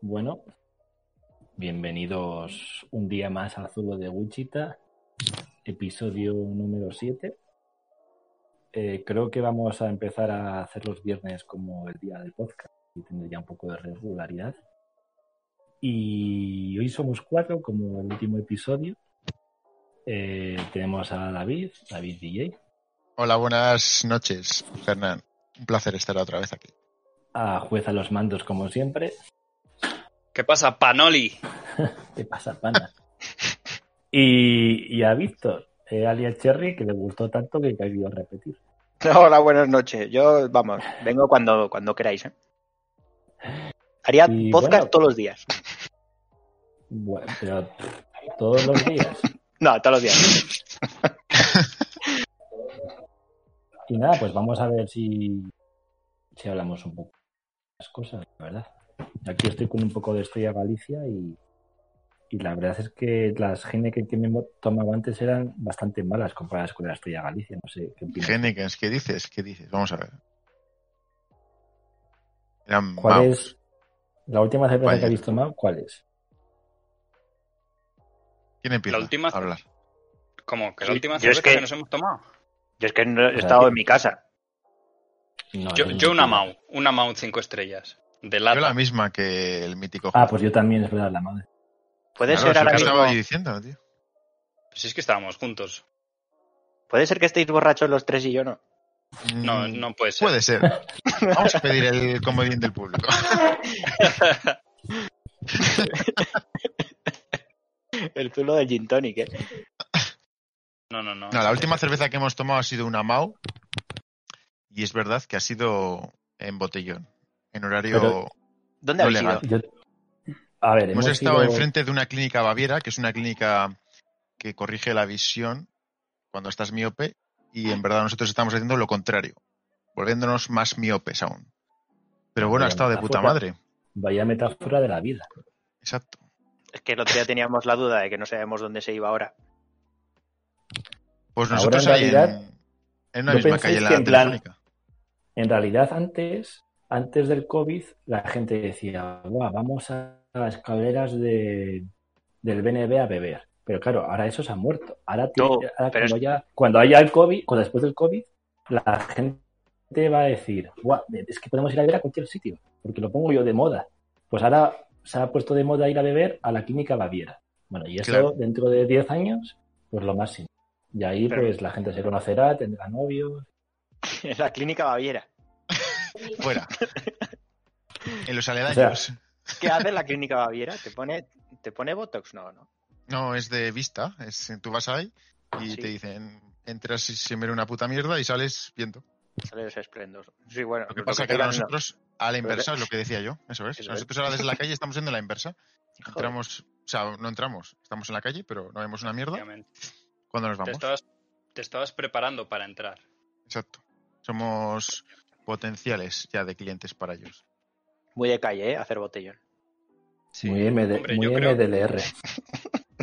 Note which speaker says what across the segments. Speaker 1: Bueno, bienvenidos un día más al Zulo de Wichita, episodio número 7. Eh, creo que vamos a empezar a hacer los viernes como el día del podcast y tener ya un poco de regularidad. Y hoy somos cuatro, como el último episodio. Eh, tenemos a David, David DJ,
Speaker 2: Hola, buenas noches, Fernán. Un placer estar otra vez aquí.
Speaker 1: a Juez a los Mandos, como siempre.
Speaker 3: ¿Qué pasa, Panoli?
Speaker 1: ¿Qué pasa, pana? Y, y a Víctor, eh, alias Cherry, que le gustó tanto que querido repetir.
Speaker 4: Hola, buenas noches. Yo, vamos, vengo cuando, cuando queráis. ¿eh? Haría
Speaker 1: Y
Speaker 4: podcast
Speaker 1: bueno.
Speaker 4: todos los días.
Speaker 1: Bueno, pero pff, todos los días.
Speaker 4: No, todos los días.
Speaker 1: Y nada, pues vamos a ver si, si hablamos un poco de las cosas, la verdad. Aquí estoy con un poco de Estrella Galicia y, y la verdad es que las genes que me tomaba antes eran bastante malas comparadas con la Estrella Galicia. No sé qué opinas.
Speaker 2: Génicas, ¿qué dices? ¿Qué dices? Vamos a ver. Eran
Speaker 1: ¿Cuál
Speaker 2: maus.
Speaker 1: es la última cerveza
Speaker 2: Vaya.
Speaker 1: que habéis tomado? ¿Cuál es?
Speaker 2: ¿Quién empieza
Speaker 3: La última-
Speaker 2: a hablar?
Speaker 3: Como que
Speaker 4: Sí,
Speaker 3: la última
Speaker 4: yo
Speaker 3: cerveza
Speaker 4: es que-
Speaker 3: que... nos hemos tomado.
Speaker 4: Yo es que no he estado en mi casa.
Speaker 1: No,
Speaker 3: Yo,
Speaker 1: no
Speaker 3: yo
Speaker 1: sé.
Speaker 3: una Mau, una Mau cinco estrellas. De
Speaker 2: Yo la
Speaker 3: lata.
Speaker 2: misma que el mítico.
Speaker 1: Ah, pues yo también, es verdad, la madre.
Speaker 4: Puede
Speaker 2: Claro,
Speaker 4: ser
Speaker 2: es lo
Speaker 4: ahora
Speaker 2: que
Speaker 4: mismo-
Speaker 2: estaba diciendo, tío.
Speaker 3: Si es que estábamos juntos.
Speaker 4: Puede ser que estéis borrachos los tres y yo no.
Speaker 3: No,
Speaker 2: Mm,
Speaker 3: no puede ser.
Speaker 2: Puede ser. Vamos a pedir el comodín del público.
Speaker 4: El zulo del gin tonic, ¿eh?
Speaker 3: No, no, no.
Speaker 2: No, la última cerveza que hemos tomado ha sido una Mau. Y es verdad que ha sido en botellón. En horario.
Speaker 1: Pero-
Speaker 4: ¿Dónde
Speaker 2: No
Speaker 4: habéis
Speaker 2: legal.
Speaker 4: ido?
Speaker 1: Yo- A ver,
Speaker 2: Hemos
Speaker 1: hemos
Speaker 2: estado
Speaker 1: ido-
Speaker 2: enfrente de una clínica Baviera, que es una clínica que corrige la visión cuando estás miope, y en verdad nosotros estamos haciendo lo contrario, volviéndonos más miopes aún. Pero bueno, ha
Speaker 1: Vaya
Speaker 2: estado de puta
Speaker 1: metáfora.
Speaker 2: madre.
Speaker 1: Vaya metáfora de la vida.
Speaker 2: Exacto.
Speaker 4: Es que el otro día teníamos la duda de que no sabemos dónde se iba ahora.
Speaker 2: Pues
Speaker 1: Ahora,
Speaker 2: nosotros
Speaker 1: en
Speaker 2: ahí en,
Speaker 1: realidad,
Speaker 2: en una
Speaker 1: ¿no
Speaker 2: misma
Speaker 1: pensáis
Speaker 2: calle,
Speaker 1: que
Speaker 2: en la
Speaker 1: en plan-
Speaker 2: telefónica.
Speaker 1: En realidad, antes, antes del COVID, la gente decía, "Buah, vamos a las calderas de, del BNB a beber. Pero claro, ahora eso se ha muerto. Ahora, tiene-
Speaker 4: No,
Speaker 1: ahora
Speaker 4: pero
Speaker 1: cuando,
Speaker 4: es-
Speaker 1: haya, cuando haya el COVID, cuando después del COVID, la gente va a decir, "Buah, es que podemos ir a beber a cualquier sitio, porque lo pongo yo de moda. Pues ahora se ha puesto de moda ir a beber a la clínica Baviera. Bueno, y eso
Speaker 2: Claro.
Speaker 1: dentro de 10 años, pues lo máximo. Y ahí
Speaker 4: Pero-
Speaker 1: pues la gente se conocerá, tendrá novios.
Speaker 4: En la clínica Baviera.
Speaker 2: Fuera. En los aledaños.
Speaker 4: ¿Qué hace la clínica Baviera? ¿Te pone, te pone Botox? No, no.
Speaker 2: No, es de vista. Es, tú vas ahí y
Speaker 4: Sí.
Speaker 2: te dicen, entras y se mira una puta mierda y sales viendo.
Speaker 4: Sale los esplendos. Sí, bueno.
Speaker 2: Lo que
Speaker 4: lo
Speaker 2: pasa
Speaker 4: que
Speaker 2: que ahora
Speaker 4: digan, no.
Speaker 2: nosotros, a la inversa, es lo que decía yo, eso es.
Speaker 4: Eso es.
Speaker 2: Nosotros ahora desde la calle estamos yendo a la inversa.
Speaker 4: Joder.
Speaker 2: Entramos, o sea, no entramos, estamos en la calle, pero no vemos una mierda
Speaker 3: Obviamente.
Speaker 2: cuando nos
Speaker 3: Te
Speaker 2: vamos.
Speaker 3: estabas, te estabas preparando para entrar.
Speaker 2: Exacto. Somos potenciales ya de clientes para ellos.
Speaker 4: Muy de calle, ¿eh? Hacer botellón.
Speaker 3: Sí.
Speaker 1: Muy, MD,
Speaker 3: Hombre,
Speaker 1: muy
Speaker 3: yo creo-
Speaker 1: MDLR.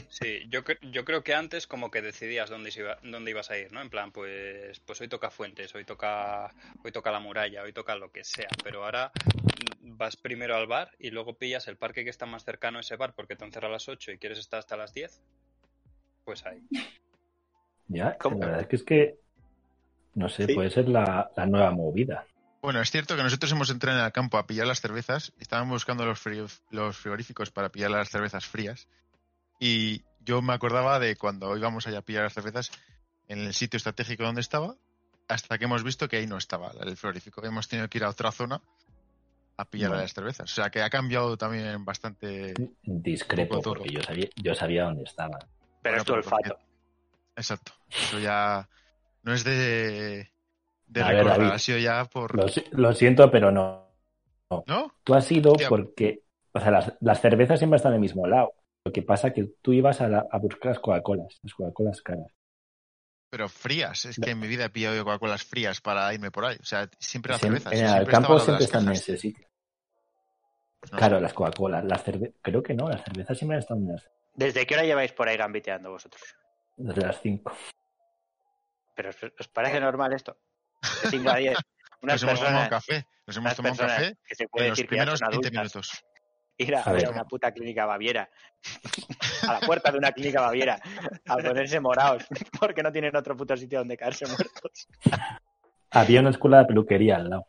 Speaker 3: Sí, yo, cre- yo creo que antes como que decidías dónde, se iba- dónde ibas a ir, ¿no? En plan, pues, pues hoy toca Fuentes, hoy toca, hoy toca la muralla, hoy toca lo que sea, pero ahora vas primero al bar y luego pillas el parque que está más cercano a ese bar porque te encerra a las 8 y quieres estar hasta las 10. Pues ahí.
Speaker 1: Ya,
Speaker 4: ¿Cómo?
Speaker 1: la verdad es que es que, no sé,
Speaker 4: Sí.
Speaker 1: puede ser la, la nueva movida.
Speaker 2: Bueno, es cierto que nosotros hemos entrado en el campo a pillar las cervezas. Estábamos buscando los, fri- los frigoríficos para pillar las cervezas frías. Y yo me acordaba de cuando íbamos allá a pillar las cervezas en el sitio estratégico donde estaba, hasta que hemos visto que ahí no estaba el frigorífico. Hemos tenido que ir a otra zona a pillar
Speaker 1: Bueno.
Speaker 2: las cervezas. O sea que ha cambiado también bastante.
Speaker 1: Discrepo,
Speaker 2: Poco todo.
Speaker 1: porque yo sabía, yo sabía dónde estaba.
Speaker 4: Pero
Speaker 2: Bueno,
Speaker 4: es tu
Speaker 2: pero porque-
Speaker 4: olfato.
Speaker 2: Exacto. Eso ya no es de, de
Speaker 1: A ver,
Speaker 2: recordar,
Speaker 1: David.
Speaker 2: ha sido ya por.
Speaker 1: Lo, si- lo siento, pero no.
Speaker 2: ¿No?
Speaker 1: Tú has ido
Speaker 2: Ya.
Speaker 1: porque, o sea, las, las cervezas siempre están del mismo lado. Lo que pasa que tú ibas a, la- a buscar las Coca-Colas, las Coca-Colas caras.
Speaker 2: Pero frías, es
Speaker 1: No.
Speaker 2: que en mi vida he pillado yo Coca-Colas frías para irme por ahí. O sea, siempre las
Speaker 1: Siempre-
Speaker 2: cervezas.
Speaker 1: en el
Speaker 2: siempre
Speaker 1: campo
Speaker 2: estaba lo de
Speaker 1: siempre
Speaker 2: las
Speaker 1: están en
Speaker 2: cajas.
Speaker 1: ese sitio.
Speaker 2: Pues no sé.
Speaker 1: Claro, las Coca-Colas, las cerve- creo que no, las cervezas siempre están en las-
Speaker 4: ¿Desde qué hora lleváis por ahí gambiteando vosotros?
Speaker 1: desde las 5.
Speaker 4: ¿Pero os, os
Speaker 1: Eh.
Speaker 4: parece normal esto? De 5 a 10.
Speaker 2: Nos Pues hemos
Speaker 4: Unas
Speaker 2: tomado un
Speaker 4: personas,
Speaker 2: café. Nos hemos
Speaker 4: unas
Speaker 2: tomado un
Speaker 4: personas
Speaker 2: café
Speaker 4: que se puede
Speaker 2: en los
Speaker 4: decir que ya
Speaker 2: primeros
Speaker 4: son
Speaker 2: 20
Speaker 4: adultas.
Speaker 2: minutos.
Speaker 4: ir a,
Speaker 1: A ver.
Speaker 4: a una puta clínica baviera, a la puerta de una clínica baviera, a ponerse morados, porque no tienen otro puto sitio donde caerse muertos.
Speaker 1: Había una escuela de peluquería al lado.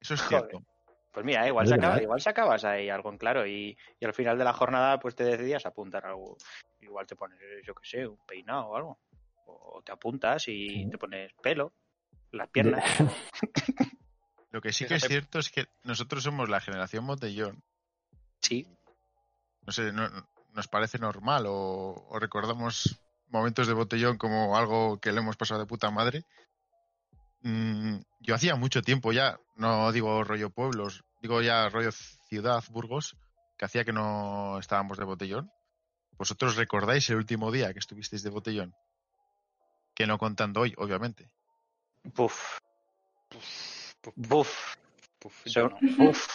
Speaker 2: Eso es
Speaker 4: Joder.
Speaker 2: cierto.
Speaker 4: Pues mira, igual,
Speaker 1: Es
Speaker 4: sacabas,
Speaker 1: verdad.
Speaker 4: igual sacabas ahí algo en claro y, y al final de la jornada pues te decidías a apuntar algo. Igual te pones, yo qué sé, un peinado o algo. O te apuntas y
Speaker 1: Sí.
Speaker 4: te pones pelo, las piernas.
Speaker 2: Lo que sí que es cierto es que nosotros somos la generación botellón.
Speaker 4: Sí,
Speaker 2: No sé, no- no- nos parece normal o, o recordamos momentos de botellón como algo que le hemos pasado de puta madre. Mm, yo hacía mucho tiempo ya, no digo rollo pueblos, digo ya rollo ciudad, Burgos, que hacía que no estábamos de botellón. ¿Vosotros recordáis el último día que estuvisteis de botellón? Que no contando hoy, obviamente.
Speaker 4: buf,
Speaker 3: Puf,
Speaker 4: buf,
Speaker 3: puf, yo
Speaker 4: so-
Speaker 3: no.
Speaker 4: buf.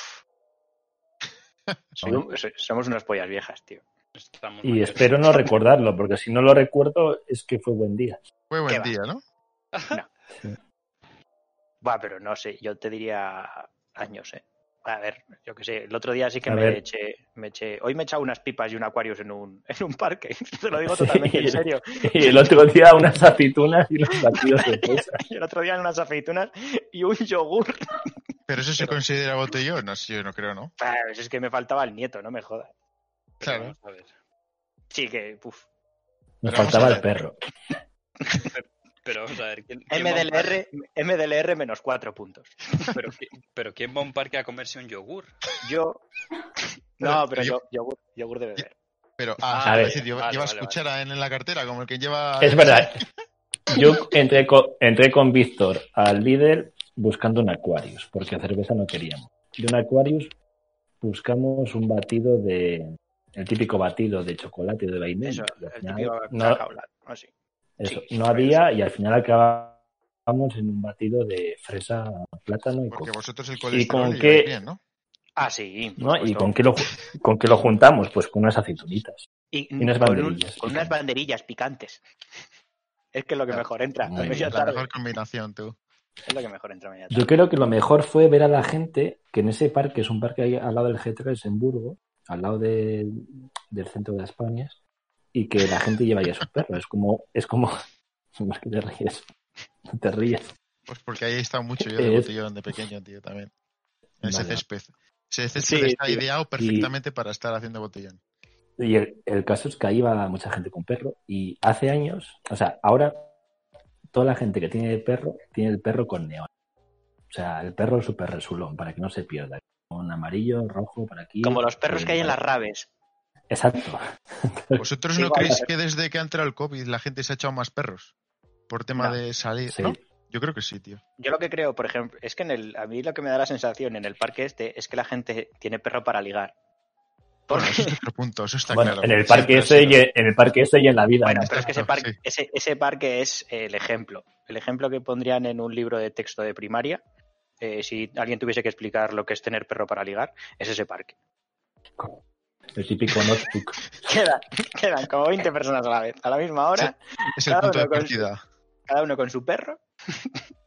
Speaker 4: Soy un- so- somos unas pollas viejas, tío.
Speaker 3: Estamos
Speaker 1: Y
Speaker 3: mayores.
Speaker 1: espero no recordarlo, porque si no lo recuerdo es que fue buen día.
Speaker 2: Fue
Speaker 4: ¿Qué
Speaker 2: buen
Speaker 4: va?
Speaker 2: día, ¿no?
Speaker 4: Va, pero no sé, yo te diría años, ¿eh? A ver, yo qué sé, el otro día sí que
Speaker 1: A
Speaker 4: me
Speaker 1: ver.
Speaker 4: eché, me eché. Hoy me he echado unas pipas y un Aquarius en un, en un parque. Te lo digo
Speaker 1: Sí.
Speaker 4: totalmente en serio.
Speaker 1: Y el otro día unas aceitunas y unos batidos de fresa.
Speaker 4: Y el otro día en unas aceitunas y un yogur.
Speaker 2: Pero eso se considera botellón, así yo no creo, ¿no?
Speaker 4: Ah, pues es que me faltaba el nieto, no me jodas.
Speaker 3: Pero
Speaker 2: Claro.
Speaker 3: vamos a ver.
Speaker 4: Sí, que, puf.
Speaker 1: Me
Speaker 2: Pero vamos
Speaker 1: faltaba
Speaker 2: a
Speaker 1: el perro.
Speaker 3: Pero vamos a ver, ¿quién, quién va a un parque-
Speaker 4: MDLR, MDLR menos cuatro puntos.
Speaker 3: pero, qui- pero ¿quién va a un parque a comerse un yogur?
Speaker 4: Yo. No, pero
Speaker 2: Yo-
Speaker 4: yo, yogur, yogur de beber.
Speaker 2: Pero
Speaker 3: Ah,
Speaker 2: ah,
Speaker 1: a ver.
Speaker 2: es decir, lleva-
Speaker 3: Vale,
Speaker 2: llevas
Speaker 3: vale, vale.
Speaker 2: cuchara en, en la cartera, como el que lleva.
Speaker 1: Es verdad. Yo entré con, entré con Víctor al líder buscando un Aquarius, porque cerveza no queríamos. De un Aquarius buscamos un batido de. El típico batido de chocolate o de vainilla.
Speaker 4: Eso,
Speaker 1: Y al
Speaker 4: el
Speaker 1: final
Speaker 4: típico
Speaker 1: no,
Speaker 4: cacaola, así.
Speaker 1: eso,
Speaker 4: sí,
Speaker 1: no había y al final acabamos en un batido de fresa, plátano y
Speaker 2: Porque
Speaker 1: coco.
Speaker 2: vosotros el colesterol
Speaker 1: con
Speaker 2: lo
Speaker 1: qué-
Speaker 2: lleváis bien, ¿no?
Speaker 4: Ah, sí. por
Speaker 1: ¿no? ¿Y
Speaker 4: supuesto.
Speaker 1: con qué, lo, con qué lo juntamos? Pues con unas aceitunitas.
Speaker 4: Y
Speaker 1: unas
Speaker 4: con, un-
Speaker 1: banderillas
Speaker 4: con unas banderillas picantes. Es que es lo que
Speaker 2: Claro.
Speaker 4: mejor entra.
Speaker 1: Muy
Speaker 4: a media
Speaker 2: La
Speaker 1: bien.
Speaker 4: tarde.
Speaker 2: mejor combinación, tú.
Speaker 4: Es lo que mejor entra a media
Speaker 1: Yo
Speaker 4: tarde.
Speaker 1: creo que lo mejor fue ver a la gente que en ese parque, es un parque ahí al lado del G3 en Burgo, al lado de- del centro de España, y que la gente lleva ya sus perros. Es como, es como, es que te ríes, no te ríes.
Speaker 2: Pues porque ahí he estado mucho yo de
Speaker 1: Es-
Speaker 2: botellón de pequeño, tío, también. En ese
Speaker 1: Vale.
Speaker 2: césped. Ese césped
Speaker 4: Sí,
Speaker 2: está
Speaker 4: tío.
Speaker 2: ideado perfectamente para estar haciendo botellón.
Speaker 1: Y el, el caso es que ahí va mucha gente con perro, y hace años, o sea, ahora toda la gente que tiene perro, tiene el perro con neón. O sea, el perro súper resulón, para que no se pierda. Con amarillo, rojo, para aquí.
Speaker 4: Como los perros
Speaker 1: eh,
Speaker 4: que hay en las
Speaker 1: para-
Speaker 4: raves.
Speaker 1: Exacto.
Speaker 2: ¿Vosotros no
Speaker 4: Igual.
Speaker 2: creéis que desde que ha entrado el COVID la gente se ha echado más perros? Por tema
Speaker 4: No.
Speaker 2: de salir,
Speaker 1: Sí.
Speaker 2: ¿no? Yo creo que sí, tío.
Speaker 4: Yo lo que creo, por ejemplo, es que en el, a mí lo que me da la sensación en el parque este es que la gente tiene perro para ligar.
Speaker 2: Bueno,
Speaker 4: Porque,
Speaker 2: eso es otro punto, eso está
Speaker 1: Bueno,
Speaker 2: claro.
Speaker 1: en el
Speaker 2: Siempre
Speaker 1: parque
Speaker 2: ha
Speaker 1: ese
Speaker 2: sido.
Speaker 1: y en el parque ese y en la vida.
Speaker 4: bueno,
Speaker 1: ¿no?
Speaker 4: pero es que ese
Speaker 2: exacto,
Speaker 4: parque, ese, ese parque es eh, el ejemplo. El ejemplo que pondrían en un libro de texto de primaria, eh, si alguien tuviese que explicar lo que es tener perro para ligar, es ese parque.
Speaker 1: El típico notebook.
Speaker 4: Quedan, quedan como 20 personas a la vez, a la misma hora,
Speaker 2: Es el
Speaker 4: Claro,
Speaker 2: punto de
Speaker 4: lo que-
Speaker 2: partida.
Speaker 4: cada uno con su perro.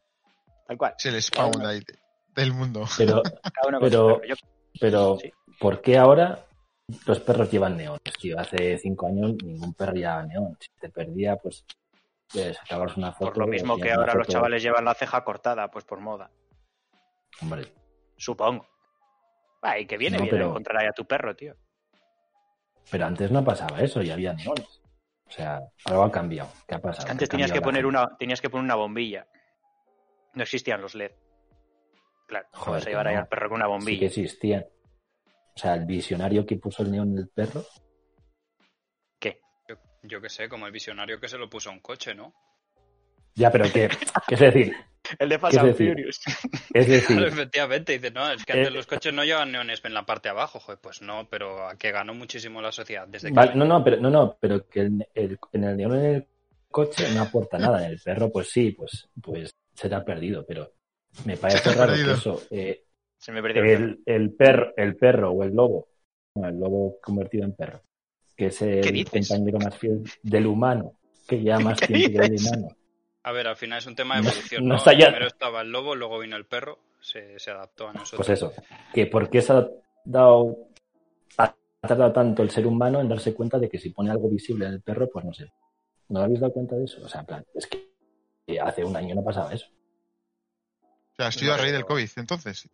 Speaker 4: Tal cual,
Speaker 2: Es el spawn
Speaker 4: Claro.
Speaker 2: ahí de- del mundo.
Speaker 1: Pero,
Speaker 4: cada uno con
Speaker 1: Pero-
Speaker 4: su perro. Yo-
Speaker 1: pero
Speaker 4: Sí.
Speaker 1: ¿por qué ahora los perros llevan neones, tío? Hace cinco años ningún perro llevaba neón. Si te perdía, pues, pues sacabas una foto.
Speaker 4: por lo mismo que
Speaker 1: hacías una
Speaker 4: ahora los
Speaker 1: foto.
Speaker 4: chavales llevan la ceja cortada, pues por moda.
Speaker 1: Hombre,
Speaker 4: Supongo. Ah, y que viene
Speaker 1: No,
Speaker 4: bien
Speaker 1: pero-
Speaker 4: encontrar ahí a tu perro, tío.
Speaker 1: pero antes no pasaba eso y había neones. O sea, algo ha cambiado. ¿Qué ha pasado?
Speaker 4: Es que antes
Speaker 1: Ha
Speaker 4: tenías que
Speaker 1: cambiado
Speaker 4: poner
Speaker 1: la
Speaker 4: una, tenías que poner una bombilla. No existían los LED. Claro,
Speaker 1: Joder,
Speaker 4: vamos a llevar ahí
Speaker 1: no.
Speaker 4: al perro con una
Speaker 1: gente. Sí que
Speaker 4: bombilla.
Speaker 1: existían. O sea, el visionario que puso el neón en el perro.
Speaker 4: ¿Qué?
Speaker 3: Yo, yo qué sé, como el visionario que se lo puso a un coche, ¿no?
Speaker 1: Ya, pero que, es decir,
Speaker 4: El de Fast and
Speaker 1: decir?
Speaker 4: Furious.
Speaker 1: es decir,
Speaker 3: Claro, efectivamente, dices, no, es que antes
Speaker 1: Eh,
Speaker 3: los coches no llevan neones en la parte de abajo, joder, pues no, pero a que ganó muchísimo la sociedad desde que...
Speaker 1: Vale, no, no, pero, no, no, pero que el- el- en el neón en el coche no aporta nada. En el perro, pues sí, pues, pues se te ha perdido, pero me
Speaker 2: Se
Speaker 1: parece
Speaker 2: te ha
Speaker 1: raro
Speaker 2: perdido.
Speaker 1: que eso. eh,
Speaker 4: Se me perdió. el perro.
Speaker 1: el, el perro, el perro o el lobo, no, el lobo convertido en perro, que es
Speaker 4: ¿Qué
Speaker 1: el
Speaker 4: dices?
Speaker 1: compañero más fiel del humano, que lleva más
Speaker 4: ¿Qué
Speaker 1: tiempo que el
Speaker 4: dices?
Speaker 1: humano.
Speaker 3: A ver, al final es un tema de
Speaker 1: No-
Speaker 3: evolución,
Speaker 1: no
Speaker 3: ¿no?
Speaker 1: está ya-
Speaker 3: Primero estaba el lobo, luego vino el perro, se, se adaptó a nosotros.
Speaker 1: Pues eso, Pues que por qué se, dado ha tardado tanto el ser humano en darse cuenta de que si pone algo visible en el perro, pues no sé. ¿No habéis dado cuenta de eso? O sea, en plan, es que hace un año no pasaba eso.
Speaker 2: O sea, ha sido a raíz del COVID, entonces.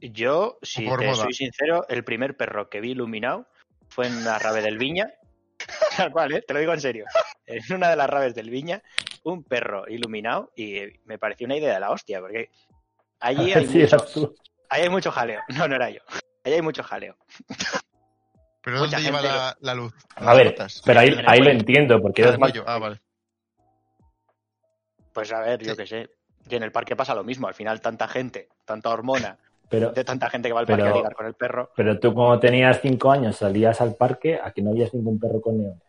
Speaker 4: Yo, si
Speaker 2: Por
Speaker 4: te
Speaker 2: moda.
Speaker 4: soy sincero, el primer perro que vi iluminado fue en la rave del Viña. Tal cual, ¿eh? te lo digo en serio. En una de las raves del Viña, un perro iluminado y eh, me pareció una idea de la hostia, porque allí hay,
Speaker 1: Sí,
Speaker 4: mucho,
Speaker 1: eras tú.
Speaker 4: ahí hay mucho jaleo. No, no era yo. Allí hay mucho jaleo.
Speaker 2: Pero
Speaker 4: Mucha
Speaker 2: ¿dónde lleva
Speaker 4: gente
Speaker 2: la, la luz?
Speaker 1: A
Speaker 2: Las
Speaker 1: ver,
Speaker 2: botas.
Speaker 1: pero ahí,
Speaker 4: en el
Speaker 1: ahí lo
Speaker 4: cuello.
Speaker 1: entiendo, porque
Speaker 2: Ah,
Speaker 1: eres
Speaker 2: el
Speaker 1: más...
Speaker 2: cuello. Ah, vale.
Speaker 4: Pues a ver, yo
Speaker 2: Sí.
Speaker 4: qué sé. Y en el parque pasa lo mismo. Al final, tanta gente, tanta hormona,
Speaker 1: Pero,
Speaker 4: de tanta gente que va al
Speaker 1: Pero-
Speaker 4: parque a ligar con el perro.
Speaker 1: pero tú como tenías cinco años salías al parque, aquí no habías ningún perro con neón.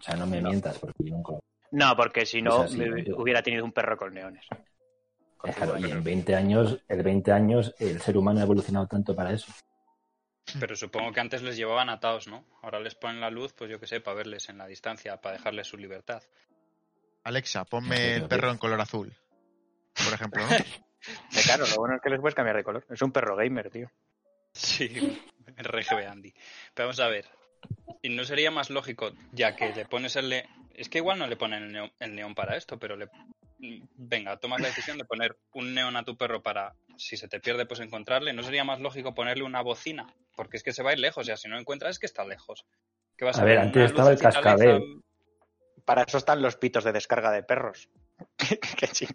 Speaker 1: O sea, no me mientas, porque yo nunca lo
Speaker 4: No, porque si no,
Speaker 1: Es así,
Speaker 4: me-
Speaker 1: tío.
Speaker 4: hubiera tenido un perro con neones.
Speaker 1: Eh, claro, y
Speaker 2: Pero-
Speaker 1: en 20 años, el 20 años, el ser humano ha evolucionado tanto para eso.
Speaker 3: Pero supongo que antes les llevaban atados, ¿no? Ahora les ponen la luz, pues yo que sé, para verles en la distancia, para dejarles su libertad.
Speaker 2: Alexa,
Speaker 1: Sí,
Speaker 2: ponme el
Speaker 1: sí.
Speaker 2: perro en color azul. Por ejemplo, ¿no?
Speaker 4: Eh, Claro, lo bueno es que les puedes cambiar de color. Es un perro gamer, tío.
Speaker 3: Sí, el RGB Andy. Pero vamos a ver. ¿Y no sería más lógico, ya que le pones el... le- Es que igual no le ponen el neón, el neón para esto, pero le... Venga, tomas la decisión de poner un neón a tu perro para, si se te pierde, pues encontrarle. ¿No sería más lógico ponerle una bocina? Porque es que se va a ir lejos, o sea, si no encuentras es que está lejos. ¿Qué vas a,
Speaker 1: A ver,
Speaker 3: ¿Una
Speaker 1: antes estaba el
Speaker 3: lucecita lejos?
Speaker 1: cascabel.
Speaker 4: Para eso están los pitos de descarga de perros. que, si,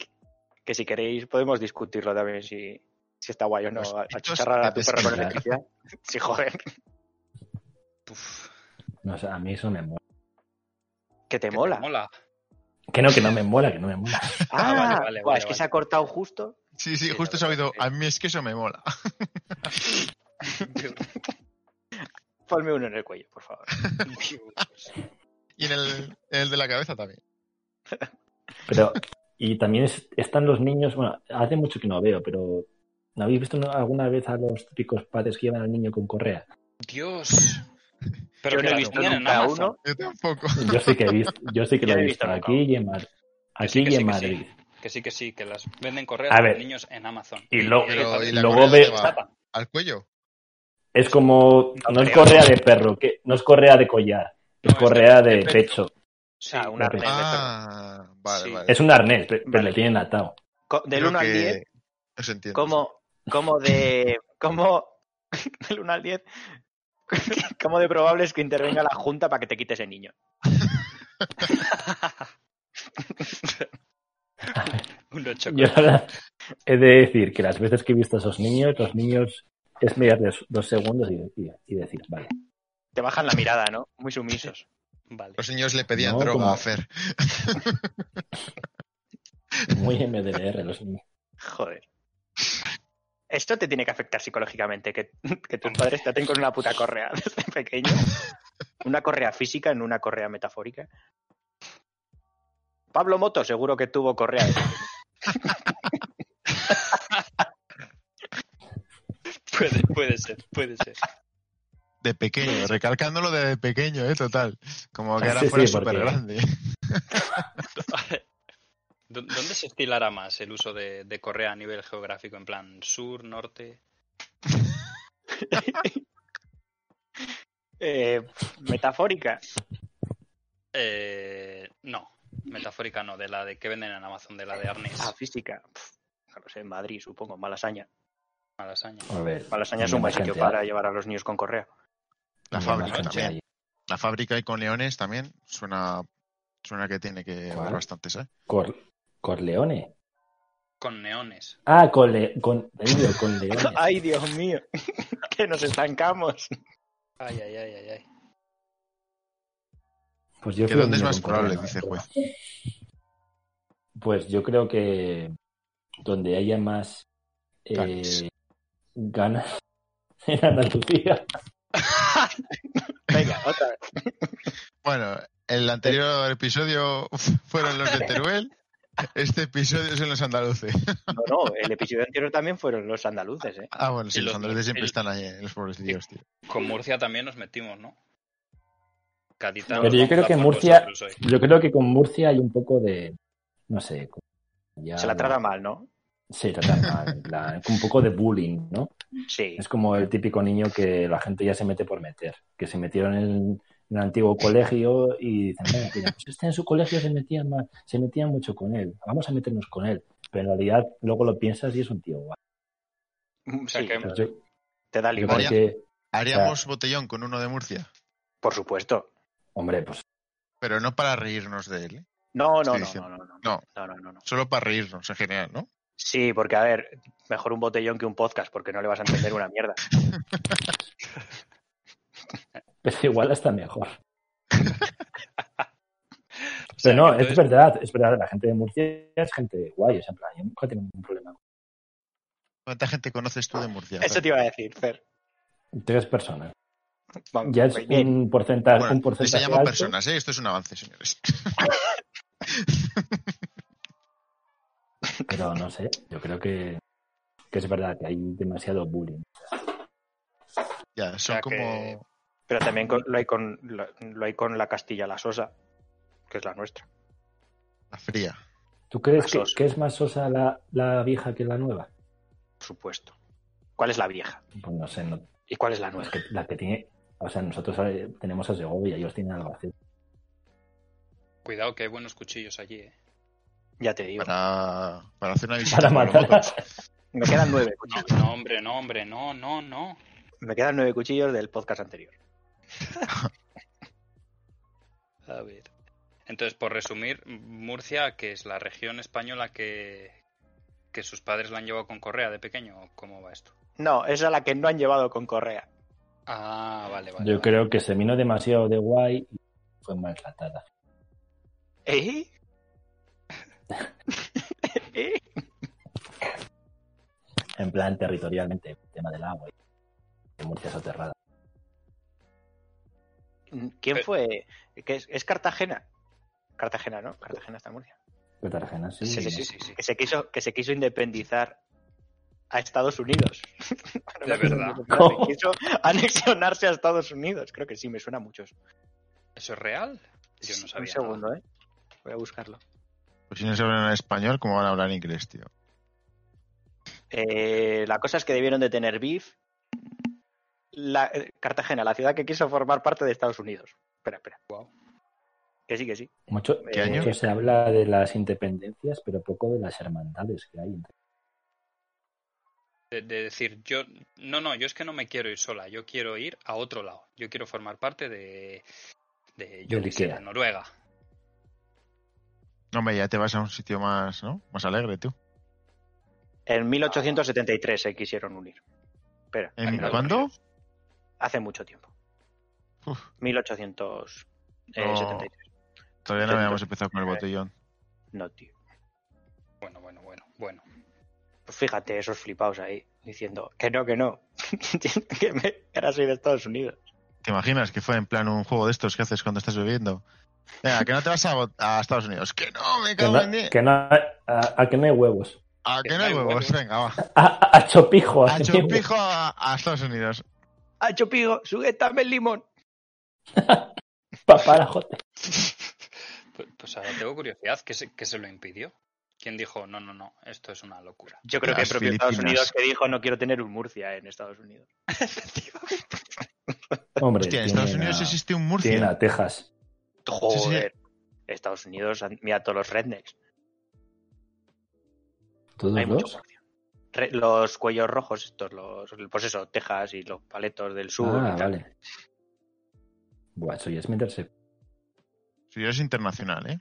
Speaker 4: que si queréis podemos discutirlo también si, si está guay o no.
Speaker 2: Los
Speaker 4: a-
Speaker 2: pitos
Speaker 4: Achicharrar
Speaker 2: de
Speaker 4: a tu perro con
Speaker 1: descarga.
Speaker 4: electricidad. Sí, joder.
Speaker 3: Puf,
Speaker 1: No, o sea, a mí eso me mola.
Speaker 4: Que te
Speaker 3: que te
Speaker 4: mola.
Speaker 3: mola.
Speaker 1: Que no, que no me mola, que no me mola.
Speaker 4: Ah,
Speaker 3: vale, vale,
Speaker 4: guau,
Speaker 3: vale,
Speaker 4: es que
Speaker 3: vale.
Speaker 4: se ha cortado justo.
Speaker 2: Sí, sí,
Speaker 3: Sí,
Speaker 2: justo
Speaker 3: la
Speaker 2: se ha
Speaker 3: verdad,
Speaker 2: oído. A mí es que eso me mola.
Speaker 4: Ponme uno en el cuello, por favor.
Speaker 2: Y en el, en el de la cabeza también.
Speaker 1: Pero, y también es- están los niños, bueno, hace mucho que no veo, pero ¿no habéis visto no- alguna vez a los típicos padres que llevan al niño con correa?
Speaker 3: Dios. Pero
Speaker 4: Yo
Speaker 3: que
Speaker 4: no he
Speaker 3: la
Speaker 4: visto
Speaker 3: tenían en
Speaker 4: nunca
Speaker 3: Amazon.
Speaker 4: uno.
Speaker 2: Yo tampoco.
Speaker 1: Yo sí que he visto, yo sí que
Speaker 4: Yo
Speaker 1: lo
Speaker 4: he
Speaker 1: he
Speaker 4: visto
Speaker 1: visto
Speaker 4: nunca.
Speaker 1: aquí y en, Mar- aquí
Speaker 3: sí, que
Speaker 1: y en
Speaker 3: sí, que sí.
Speaker 1: Madrid.
Speaker 3: Que sí, que sí, que las venden correas
Speaker 1: A
Speaker 3: a
Speaker 1: ver.
Speaker 3: niños en Amazon.
Speaker 1: Y, lo-
Speaker 2: Pero, ¿y la
Speaker 1: luego
Speaker 2: correa
Speaker 1: ve-
Speaker 2: dónde va?
Speaker 3: Tapa.
Speaker 2: ¿Al cuello?
Speaker 1: es como, no es
Speaker 4: creo.
Speaker 1: correa de perro, que no es correa de collar, es
Speaker 3: No, es
Speaker 1: correa
Speaker 3: de-
Speaker 1: de,
Speaker 3: de pecho.
Speaker 1: pecho.
Speaker 3: Sí,
Speaker 4: Ah, un arnés de perro.
Speaker 2: Ah, vale,
Speaker 3: Sí.
Speaker 2: vale.
Speaker 1: Es un arnés, pe- pero
Speaker 4: Vale.
Speaker 1: le tienen atado.
Speaker 4: Co- Del
Speaker 2: Creo
Speaker 4: 1 al
Speaker 2: que
Speaker 4: 10,
Speaker 2: Os entiendo.
Speaker 4: ¿cómo, cómo de. cómo- del 1 al 10, ¿cómo de probable es que intervenga la Junta para que te quite ese niño?
Speaker 3: Un ocho
Speaker 1: Yo la verdad, he de decir que las veces que he visto a esos niños, los niños es mirarles dos segundos y decir, y decir vale.
Speaker 4: Te bajan la mirada, ¿no? Muy sumisos.
Speaker 3: Vale.
Speaker 2: Los niños le pedían
Speaker 1: No,
Speaker 2: droga
Speaker 1: como-
Speaker 2: a Fer.
Speaker 1: Muy MDR los niños.
Speaker 4: Joder. Esto te tiene que afectar psicológicamente, que, que tus padres te aten con una puta correa desde pequeño. Una correa física, en una correa metafórica. Pablo Moto seguro que tuvo correa.
Speaker 3: Puede, puede ser, puede ser.
Speaker 2: De pequeño, recalcándolo de pequeño, ¿eh? Total. Como que
Speaker 1: Ah,
Speaker 2: ahora
Speaker 1: sí,
Speaker 2: fuera
Speaker 1: sí, porque-
Speaker 2: súper grande.
Speaker 3: ¿Dó- ¿Dónde se estilará más el uso de, de correa a nivel geográfico? En plan, sur, norte.
Speaker 4: Eh, metafórica.
Speaker 3: Eh, no, metafórica no, de la de que venden en Amazon, de la de arnés.
Speaker 4: Ah, física. Pf, no lo sé, en Madrid, supongo. Malasaña.
Speaker 3: Malasaña.
Speaker 1: A ver,
Speaker 4: Malasaña es un buen sitio
Speaker 1: ¿eh?
Speaker 4: para llevar a los niños con correa.
Speaker 2: La fábrica también. La fábrica y con leones también suena, suena que tiene que
Speaker 1: ¿Cuál?
Speaker 2: haber bastantes, ¿eh?
Speaker 1: Cor Corleone.
Speaker 3: Con neones.
Speaker 1: Ah, con, le con, he dicho con Leone.
Speaker 4: ¡Ay, Dios mío! ¡Que nos estancamos!
Speaker 3: Ay, ay, ay, ay, ay.
Speaker 1: Pues yo
Speaker 2: ¿Que
Speaker 1: fui
Speaker 2: dónde es
Speaker 1: niño
Speaker 2: más
Speaker 1: con correa,
Speaker 2: probable?
Speaker 1: ¿no?
Speaker 2: Dice el juez.
Speaker 1: Pues yo creo que donde haya más eh,
Speaker 2: Ganas.
Speaker 1: ganas en Andalucía.
Speaker 4: Venga, otra vez.
Speaker 2: Bueno, el anterior episodio fueron los de Teruel. Este episodio son los andaluces.
Speaker 4: No, no, el episodio anterior también fueron los andaluces, ¿eh?
Speaker 2: Ah, bueno, sí,
Speaker 3: Y
Speaker 2: los
Speaker 3: los-
Speaker 2: andaluces siempre
Speaker 3: el-
Speaker 2: están ahí, eh, los pobrecillos, tío.
Speaker 3: Con Murcia también nos metimos, ¿no? Cadita,
Speaker 1: Pero
Speaker 3: os
Speaker 1: yo
Speaker 3: vamos
Speaker 1: creo
Speaker 3: a
Speaker 1: que
Speaker 3: por
Speaker 1: Murcia-
Speaker 3: vosotros hoy.
Speaker 1: Yo creo que con Murcia hay un poco de, no sé. como- ya
Speaker 4: Se la
Speaker 1: lo-
Speaker 4: trata mal, ¿no?
Speaker 1: Sí, tratan mal. en plan, un poco de bullying, ¿no?
Speaker 4: Sí,
Speaker 1: Es como el típico niño que la gente ya se mete por meter, que se metieron en, en el antiguo colegio y dicen, "Venga, mira, pues este en su colegio se metía, más, se metía mucho con él, vamos a meternos con él. Pero en realidad luego lo piensas y es un tío guay.
Speaker 3: O sea
Speaker 4: Mm, sí,
Speaker 3: que-
Speaker 1: Entonces, yo-
Speaker 4: te da
Speaker 1: yo
Speaker 4: limón,
Speaker 1: creo que,
Speaker 2: Haríamos botellón con uno de Murcia,
Speaker 4: por supuesto.
Speaker 1: hombre, pues
Speaker 2: pero no para reírnos de él, ¿eh?
Speaker 4: No, no,
Speaker 2: Estoy
Speaker 4: no,
Speaker 2: diciendo-
Speaker 4: no, no,
Speaker 2: No.
Speaker 4: no, no, no, no, no.
Speaker 2: solo para reírnos en general, ¿no?
Speaker 4: Sí, porque a ver, mejor un botellón que un podcast, porque no le vas a entender una mierda.
Speaker 1: pero igual hasta mejor.
Speaker 3: o sea,
Speaker 1: Pero no,
Speaker 3: que
Speaker 1: es
Speaker 3: entonces-
Speaker 1: verdad, es verdad, la gente de Murcia es gente guay, o sea, en plan, yo nunca tengo ningún problema.
Speaker 2: ¿Cuánta gente conoces tú de Murcia?
Speaker 4: Eso te iba a decir, Fer.
Speaker 1: con Tres personas.
Speaker 4: Vamos,
Speaker 1: Ya es
Speaker 4: muy bien.
Speaker 1: un porcentaje,
Speaker 2: Bueno,
Speaker 1: un porcentaje
Speaker 2: se llaman
Speaker 1: alto.
Speaker 2: personas, ¿eh? Esto es un avance, señores.
Speaker 1: Pero no sé, yo creo que, que es verdad que hay demasiado bullying.
Speaker 2: Ya, son
Speaker 3: sea
Speaker 2: como...
Speaker 3: que-
Speaker 4: Pero también con- lo, hay con, lo, lo hay con la Castilla La Sosa, que es la nuestra.
Speaker 2: La fría.
Speaker 1: ¿Tú crees
Speaker 4: Más
Speaker 1: que,
Speaker 4: sosa.
Speaker 1: que es más sosa la, la vieja que la nueva?
Speaker 4: Por supuesto. ¿Cuál es la vieja?
Speaker 1: Pues no sé, no,
Speaker 4: ¿Y cuál es la
Speaker 1: es
Speaker 4: nueva?
Speaker 1: que la que tiene. O sea, nosotros eh, tenemos a Segovia, ellos tienen Albacete.
Speaker 3: Cuidado que hay buenos cuchillos allí, ¿eh?
Speaker 4: Ya te digo.
Speaker 2: Para, para hacer una visita.
Speaker 1: Para
Speaker 2: con los
Speaker 1: matar a-
Speaker 2: motos.
Speaker 4: Me quedan nueve
Speaker 3: No,
Speaker 4: cuchillos.
Speaker 3: Ah, no, hombre, no, hombre, no, no, no.
Speaker 4: Me quedan nueve cuchillos del podcast anterior.
Speaker 3: A ver. Entonces, por resumir, Murcia, que es la región española que, que sus padres la han llevado con correa de pequeño, ¿o ¿cómo va esto?
Speaker 4: No, esa es la que no han llevado con correa.
Speaker 3: Ah, vale, vale.
Speaker 1: Yo
Speaker 3: vale.
Speaker 1: creo que se vino demasiado de guay y fue maltratada.
Speaker 4: ¿Eh? ¿Eh?
Speaker 1: En plan, territorialmente, el tema del agua. y de Murcia soterrada.
Speaker 4: ¿Quién
Speaker 3: Pero-
Speaker 4: fue? ¿Qué es, es Cartagena? Cartagena, ¿no? Cartagena está en Murcia.
Speaker 1: Cartagena, sí.
Speaker 3: Sí,
Speaker 1: ¿no?
Speaker 3: sí, sí, sí. sí.
Speaker 4: Que se quiso, que se quiso independizar a Estados Unidos.
Speaker 3: De verdad.
Speaker 1: ¿Cómo?
Speaker 4: Se quiso anexionarse a Estados Unidos. Creo que sí, me suena a muchos.
Speaker 3: ¿Eso es real? Yo no sabía.
Speaker 4: Un
Speaker 3: nada.
Speaker 4: segundo, ¿eh? Voy a buscarlo.
Speaker 2: Pues si no se hablan español, ¿cómo van a hablar inglés, tío?
Speaker 4: Eh, la cosa es que debieron de tener beef. La, eh, Cartagena, la ciudad que quiso formar parte de Estados Unidos. Espera, espera.
Speaker 3: Guau.
Speaker 4: Que sí, que sí.
Speaker 1: Mucho,
Speaker 2: ¿Qué año?
Speaker 1: mucho se habla de las independencias, pero poco de las hermandades que hay. entre-
Speaker 3: De, de decir, yo, no, no, yo es que no me quiero ir sola, yo quiero ir a otro lado, yo quiero formar parte de, de yo
Speaker 1: Del
Speaker 3: qué sé,
Speaker 1: Ikea.
Speaker 3: de Noruega.
Speaker 2: No, hombre, ya te vas a un sitio más, ¿no? Más alegre, tú. Ah.
Speaker 4: En 1873 se quisieron unir. Espera,
Speaker 2: ¿En
Speaker 4: aquí lo tengo.
Speaker 2: cuándo?
Speaker 4: Hace mucho tiempo. eh,
Speaker 2: Uf.
Speaker 4: 1873.
Speaker 2: Todavía no
Speaker 4: Centro.
Speaker 2: habíamos empezado con el botellón.
Speaker 4: No, tío.
Speaker 3: Bueno, bueno, bueno, bueno.
Speaker 4: Pues fíjate, esos flipados ahí, diciendo que no, que no. que me- que ahora soy de Estados Unidos.
Speaker 2: ¿Te imaginas que fue en plan un juego de estos que haces cuando estás bebiendo? Venga, que no te vas a, bo- a Estados Unidos. Que no, me
Speaker 1: Que
Speaker 2: cago
Speaker 1: no,
Speaker 2: en diez.
Speaker 1: que no- a, a que no hay huevos.
Speaker 2: Ah, que no hay huevos. Venga, va.
Speaker 1: A, a- a Chopijo.
Speaker 2: A
Speaker 1: a
Speaker 2: Chopijo a, a Estados Unidos.
Speaker 4: ¡Ah, Chopigo! ¡Sujétame el limón!
Speaker 1: Paparajote.
Speaker 3: Pues, pues ahora tengo curiosidad, ¿qué se, qué se lo impidió? ¿Quién dijo, no, no, no, esto es una locura?
Speaker 4: Yo creo que el
Speaker 2: Las
Speaker 4: propio Estados
Speaker 2: Filipinas.
Speaker 4: Unidos que dijo no quiero tener un Murcia en Estados Unidos.
Speaker 1: Hombre,
Speaker 2: Hostia, en Estados
Speaker 1: tienen
Speaker 2: Unidos
Speaker 1: a-
Speaker 2: existe un
Speaker 1: tienen
Speaker 2: Murcia.
Speaker 1: a Texas.
Speaker 2: sí.
Speaker 4: Joder. Estados Unidos, mira todos los rednecks.
Speaker 1: ¿Todos
Speaker 4: Hay mucho
Speaker 1: los?
Speaker 4: Murcia. Re- los cuellos rojos, estos, los, pues eso, Texas y los paletos del sur.
Speaker 1: Ah,
Speaker 4: y tal.
Speaker 1: vale. Buah, eso ya es meterse.
Speaker 2: Si yo es internacional, ¿eh?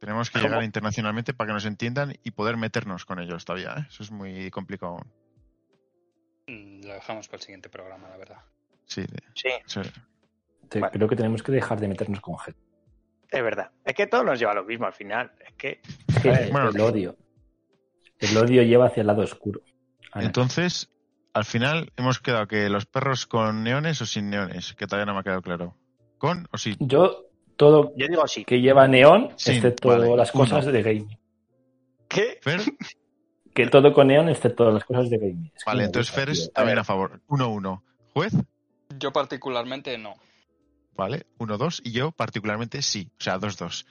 Speaker 2: Tenemos que
Speaker 4: ¿Cómo?
Speaker 2: llegar internacionalmente para que nos entiendan y poder meternos con ellos todavía, ¿eh? Eso es muy complicado. aún.
Speaker 3: Mm, Lo dejamos para el siguiente programa, la verdad.
Speaker 2: Sí, de-
Speaker 4: Sí,
Speaker 2: sí.
Speaker 1: Te-
Speaker 4: Vale.
Speaker 1: Creo que tenemos que dejar de meternos con gente.
Speaker 4: es verdad. Es que todo nos lleva a lo mismo al final. Es que
Speaker 1: Es que
Speaker 2: Eh, bueno.
Speaker 1: el odio. El odio lleva hacia el lado oscuro. Ana,
Speaker 2: Entonces, al final hemos quedado que los perros con neones o sin neones, que todavía no me ha quedado claro. ¿Con o sin?
Speaker 1: yo, todo
Speaker 4: yo digo sí.
Speaker 1: que lleva neón,
Speaker 2: Sí,
Speaker 1: excepto
Speaker 2: vale,
Speaker 1: las cosas
Speaker 2: uno.
Speaker 1: de gaming.
Speaker 4: ¿Qué?
Speaker 2: Fer,
Speaker 1: Que todo con neón, excepto las cosas de gaming. Es que
Speaker 2: vale,
Speaker 1: me
Speaker 2: entonces
Speaker 1: gusta,
Speaker 2: Fer es
Speaker 1: tío.
Speaker 2: también a favor. 1-1. Juez,
Speaker 3: Yo particularmente no.
Speaker 2: vale, 1-2. Y yo particularmente sí, o sea, 2-2.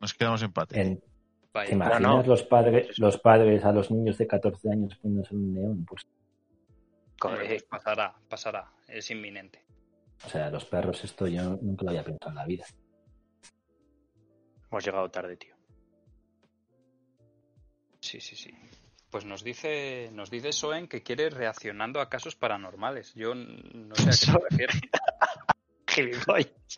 Speaker 2: Nos quedamos empate.
Speaker 1: En- ¿Te
Speaker 3: Vaya.
Speaker 1: imaginas
Speaker 4: no.
Speaker 1: Los, padres, los padres a los niños de 14 años poniéndose un neón? Pues,
Speaker 3: Hombre, pues
Speaker 4: Correcto.
Speaker 3: pasará, pasará. Es inminente.
Speaker 1: o sea, los perros, esto yo nunca lo había pensado en la vida.
Speaker 4: Hemos llegado tarde, tío.
Speaker 3: Sí, sí, sí. Pues nos dice, nos dice Soen que quiere reaccionando a casos paranormales. Yo n- no sé a qué se
Speaker 4: Soen.
Speaker 3: refiere.
Speaker 4: Gilipollas.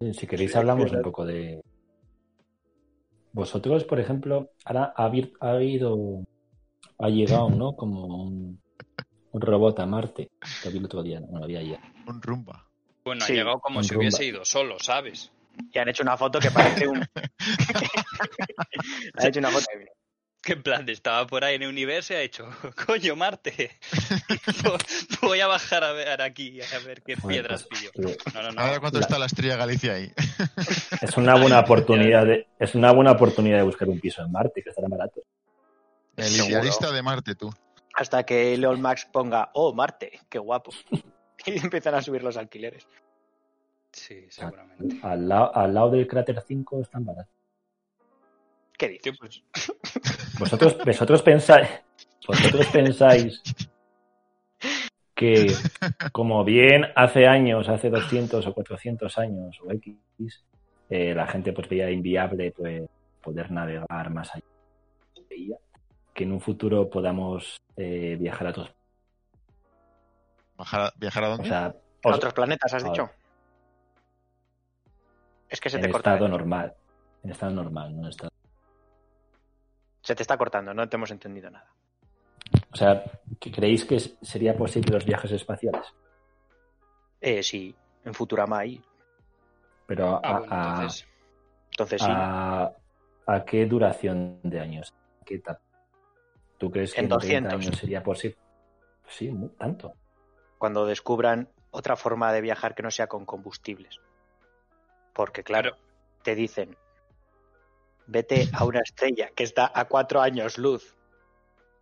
Speaker 1: Eh, Si queréis
Speaker 4: Sí,
Speaker 1: hablamos
Speaker 4: claro.
Speaker 1: un poco de... Vosotros, por ejemplo, ahora ha, habi- ha habido... Ha llegado, ¿no? Como un, un robot a Marte. Lo vi el otro día, no lo vi ayer.
Speaker 2: Un rumba.
Speaker 3: Bueno,
Speaker 4: Sí,
Speaker 3: ha llegado como
Speaker 1: un
Speaker 3: si hubiese
Speaker 1: rumba.
Speaker 3: ido solo, ¿sabes?
Speaker 4: Y han hecho una foto que parece un. han hecho una foto.
Speaker 3: Que en plan, estaba por ahí en el universo y ha hecho, coño, Marte, vo- voy a bajar a ver aquí, a ver qué
Speaker 1: Joder,
Speaker 3: piedras
Speaker 1: pues,
Speaker 3: pillo.
Speaker 1: tío,
Speaker 3: No, no, no.
Speaker 2: Ahora cuánto
Speaker 1: La-
Speaker 2: está la estrella Galicia ahí.
Speaker 1: Es una buena oportunidad de, es una buena oportunidad de buscar un piso en Marte, que estará barato.
Speaker 2: El
Speaker 4: Seguro.
Speaker 2: idealista de Marte, tú.
Speaker 4: Hasta que Leon Max ponga, oh, Marte, qué guapo. Y empiezan a subir los alquileres.
Speaker 3: Sí, seguramente.
Speaker 1: Al lado, al lado del cráter 5 están baratos.
Speaker 4: ¿Qué dices?
Speaker 3: Tío, pues,
Speaker 1: Vosotros, vosotros pensáis, vosotros pensáis que como bien hace años, hace 200 o 400 años o X, eh, la gente pues veía inviable pues poder navegar más allá. Veía Que en un futuro podamos eh, viajar a otros,
Speaker 2: ¿Bajar a, ¿Viajar a
Speaker 1: o
Speaker 2: dónde?
Speaker 1: sea,
Speaker 4: ¿A
Speaker 1: os-
Speaker 4: otros planetas has
Speaker 1: a
Speaker 4: dicho? Es que se
Speaker 1: en
Speaker 4: te corta. ¿eh?
Speaker 1: estado normal, en estado normal, no en estado
Speaker 4: Se te está cortando, no te hemos entendido nada.
Speaker 1: O sea, ¿que ¿creéis que es- sería posible los viajes espaciales?
Speaker 4: Eh, sí, en Futurama ahí.
Speaker 1: Pero a,
Speaker 3: ah, bueno,
Speaker 1: a-
Speaker 3: entonces,
Speaker 4: Entonces Eh, sí.
Speaker 1: a- ¿a qué duración de años? ¿Qué etapa? ¿Tú crees que
Speaker 4: En
Speaker 1: en 30
Speaker 4: 200.
Speaker 1: años sería posible? Sí, mu- tanto.
Speaker 4: Cuando descubran otra forma de viajar que no sea con combustibles. Porque, claro, te dicen, vete a una estrella que está a cuatro años luz.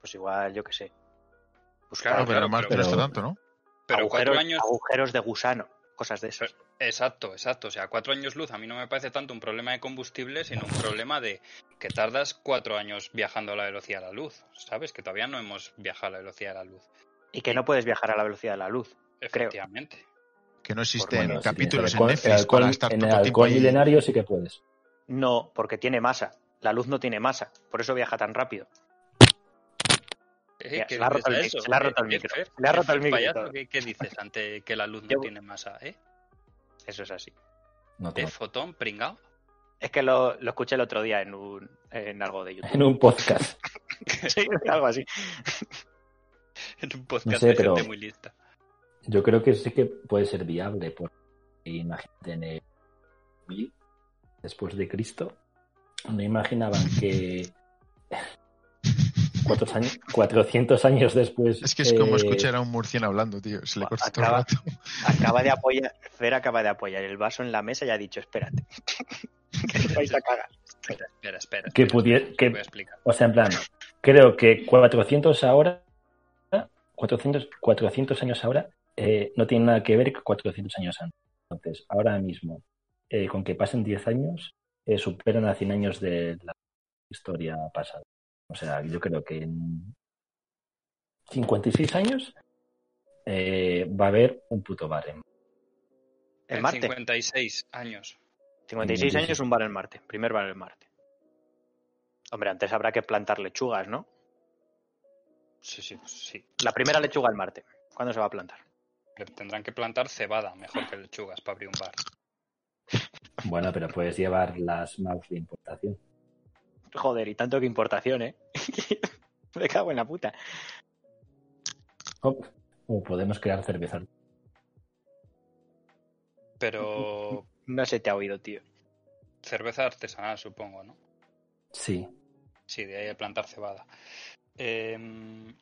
Speaker 4: Pues igual, yo qué sé. Buscar
Speaker 2: Claro, pero
Speaker 3: Claro, claro,
Speaker 2: en Marte
Speaker 1: pero-
Speaker 2: no está tanto, ¿no?
Speaker 3: pero
Speaker 4: agujeros,
Speaker 3: cuatro años...
Speaker 4: agujeros de gusano, cosas de esas.
Speaker 3: Exacto, exacto. O sea, cuatro años luz a mí no me parece tanto un problema de combustible, sino un problema de que tardas cuatro años viajando a la velocidad de la luz. ¿Sabes? Que todavía no hemos viajado a la velocidad de la luz.
Speaker 4: Y que no puedes viajar a la velocidad de la luz.
Speaker 3: Efectivamente.
Speaker 2: Que no existen
Speaker 1: Bueno, sí,
Speaker 2: capítulos
Speaker 1: el
Speaker 2: en
Speaker 1: alcohol-
Speaker 2: Netflix
Speaker 1: el alcohol-
Speaker 2: para estar
Speaker 1: en el
Speaker 2: tanto tiempo
Speaker 1: alcohol
Speaker 2: ahí.
Speaker 1: milenario sí que puedes.
Speaker 4: No, porque tiene masa. La luz no tiene masa, por eso viaja tan rápido.
Speaker 3: Eh,
Speaker 4: Mira,
Speaker 3: ¿qué
Speaker 4: se le ha
Speaker 3: dices
Speaker 4: roto el
Speaker 3: a
Speaker 4: mic,
Speaker 3: eso?
Speaker 4: se le ha
Speaker 3: Eh,
Speaker 4: roto el
Speaker 3: eh,
Speaker 4: micro,
Speaker 3: Fer,
Speaker 4: se le ha
Speaker 3: eh,
Speaker 4: roto el micro y
Speaker 3: payaso,
Speaker 4: todo.
Speaker 3: ¿qué, qué dices ante que la luz no
Speaker 4: Yo-
Speaker 3: tiene masa? ¿Eh?
Speaker 4: Eso es así.
Speaker 1: No
Speaker 3: ¿Eh,
Speaker 1: tengo-
Speaker 3: fotón, pringao?
Speaker 4: Es que lo, lo escuché el otro día en, un, en algo de YouTube.
Speaker 1: En un podcast.
Speaker 4: Sí, algo así.
Speaker 3: En un podcast
Speaker 1: No sé,
Speaker 3: de
Speaker 1: pero-
Speaker 3: gente muy lista.
Speaker 1: Yo creo que sí que puede ser viable. Porque imagínate en el 1000 después de Cristo, no imaginaban que cuatro años- 400 años después.
Speaker 2: Es que es como
Speaker 1: eh,
Speaker 2: escuchar a un murciano hablando, tío. Se le
Speaker 4: Buah,
Speaker 2: corta todo el
Speaker 4: acaba-
Speaker 2: rato.
Speaker 4: Acaba de apoyar, Fer acaba de apoyar el vaso en la mesa y ha dicho, espérate. que
Speaker 3: Pues
Speaker 4: os vais a cagar.
Speaker 3: Espera, espera, espera.
Speaker 1: Que
Speaker 3: espera,
Speaker 1: pudie-
Speaker 3: te
Speaker 1: que-
Speaker 3: voy a explicar.
Speaker 1: O sea, en plan, creo que 400 ahora, 400, 400 años ahora, eh, no tiene nada que ver con 400 años antes. Entonces, ahora mismo, eh, con que pasen 10 años, eh, superan a 100 años de la historia pasada. O sea, yo creo que en 56 años eh, va a haber un puto barem.
Speaker 4: El
Speaker 3: En
Speaker 4: Marte.
Speaker 3: 56 años.
Speaker 4: 56 años,
Speaker 1: 56.
Speaker 4: un bar en Marte. Primer bar en Marte. Hombre, antes habrá que plantar lechugas, ¿no?
Speaker 3: Sí, sí, pues sí.
Speaker 4: La primera lechuga en Marte. ¿Cuándo se va a plantar?
Speaker 3: Pero Tendrán que plantar cebada mejor que lechugas para abrir un bar.
Speaker 1: Bueno, pero puedes llevar las mouse de importación.
Speaker 4: Joder, y tanto que importación, ¿eh? Me cago en la puta.
Speaker 1: Hop. Oh, O podemos crear cerveza.
Speaker 3: Pero
Speaker 4: No se te ha oído, tío.
Speaker 3: cerveza artesanal, supongo, ¿no?
Speaker 1: Sí.
Speaker 3: Sí, de ahí a plantar cebada. Em,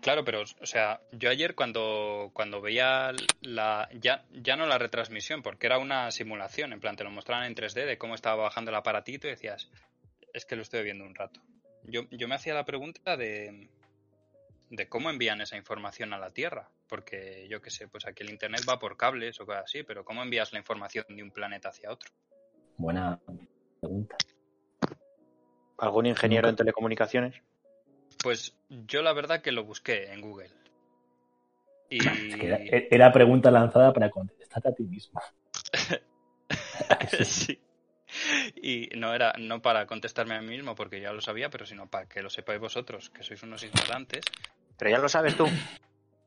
Speaker 3: claro, pero, o sea, yo ayer cuando, cuando veía la. Ya, ya no la retransmisión, porque era una simulación, en plan, te lo mostraban en 3D de cómo estaba bajando el aparatito y decías, es que lo estoy viendo un rato. Yo, yo me hacía la pregunta de. de cómo envían esa información a la Tierra. Porque yo qué sé, pues aquí el Internet va por cables o cosas así, pero ¿cómo envías la información de un planeta hacia otro?
Speaker 1: Buena pregunta.
Speaker 4: ¿Algún ingeniero en telecomunicaciones?
Speaker 3: Pues yo la verdad que lo busqué en Google. Y
Speaker 1: Era, era pregunta lanzada para contestarte a ti mismo. ¿A que sí?
Speaker 3: Sí. Y no era no para contestarme a mí mismo porque ya lo sabía, pero sino para que lo sepáis vosotros, que sois unos ignorantes.
Speaker 4: Pero ya lo sabes tú.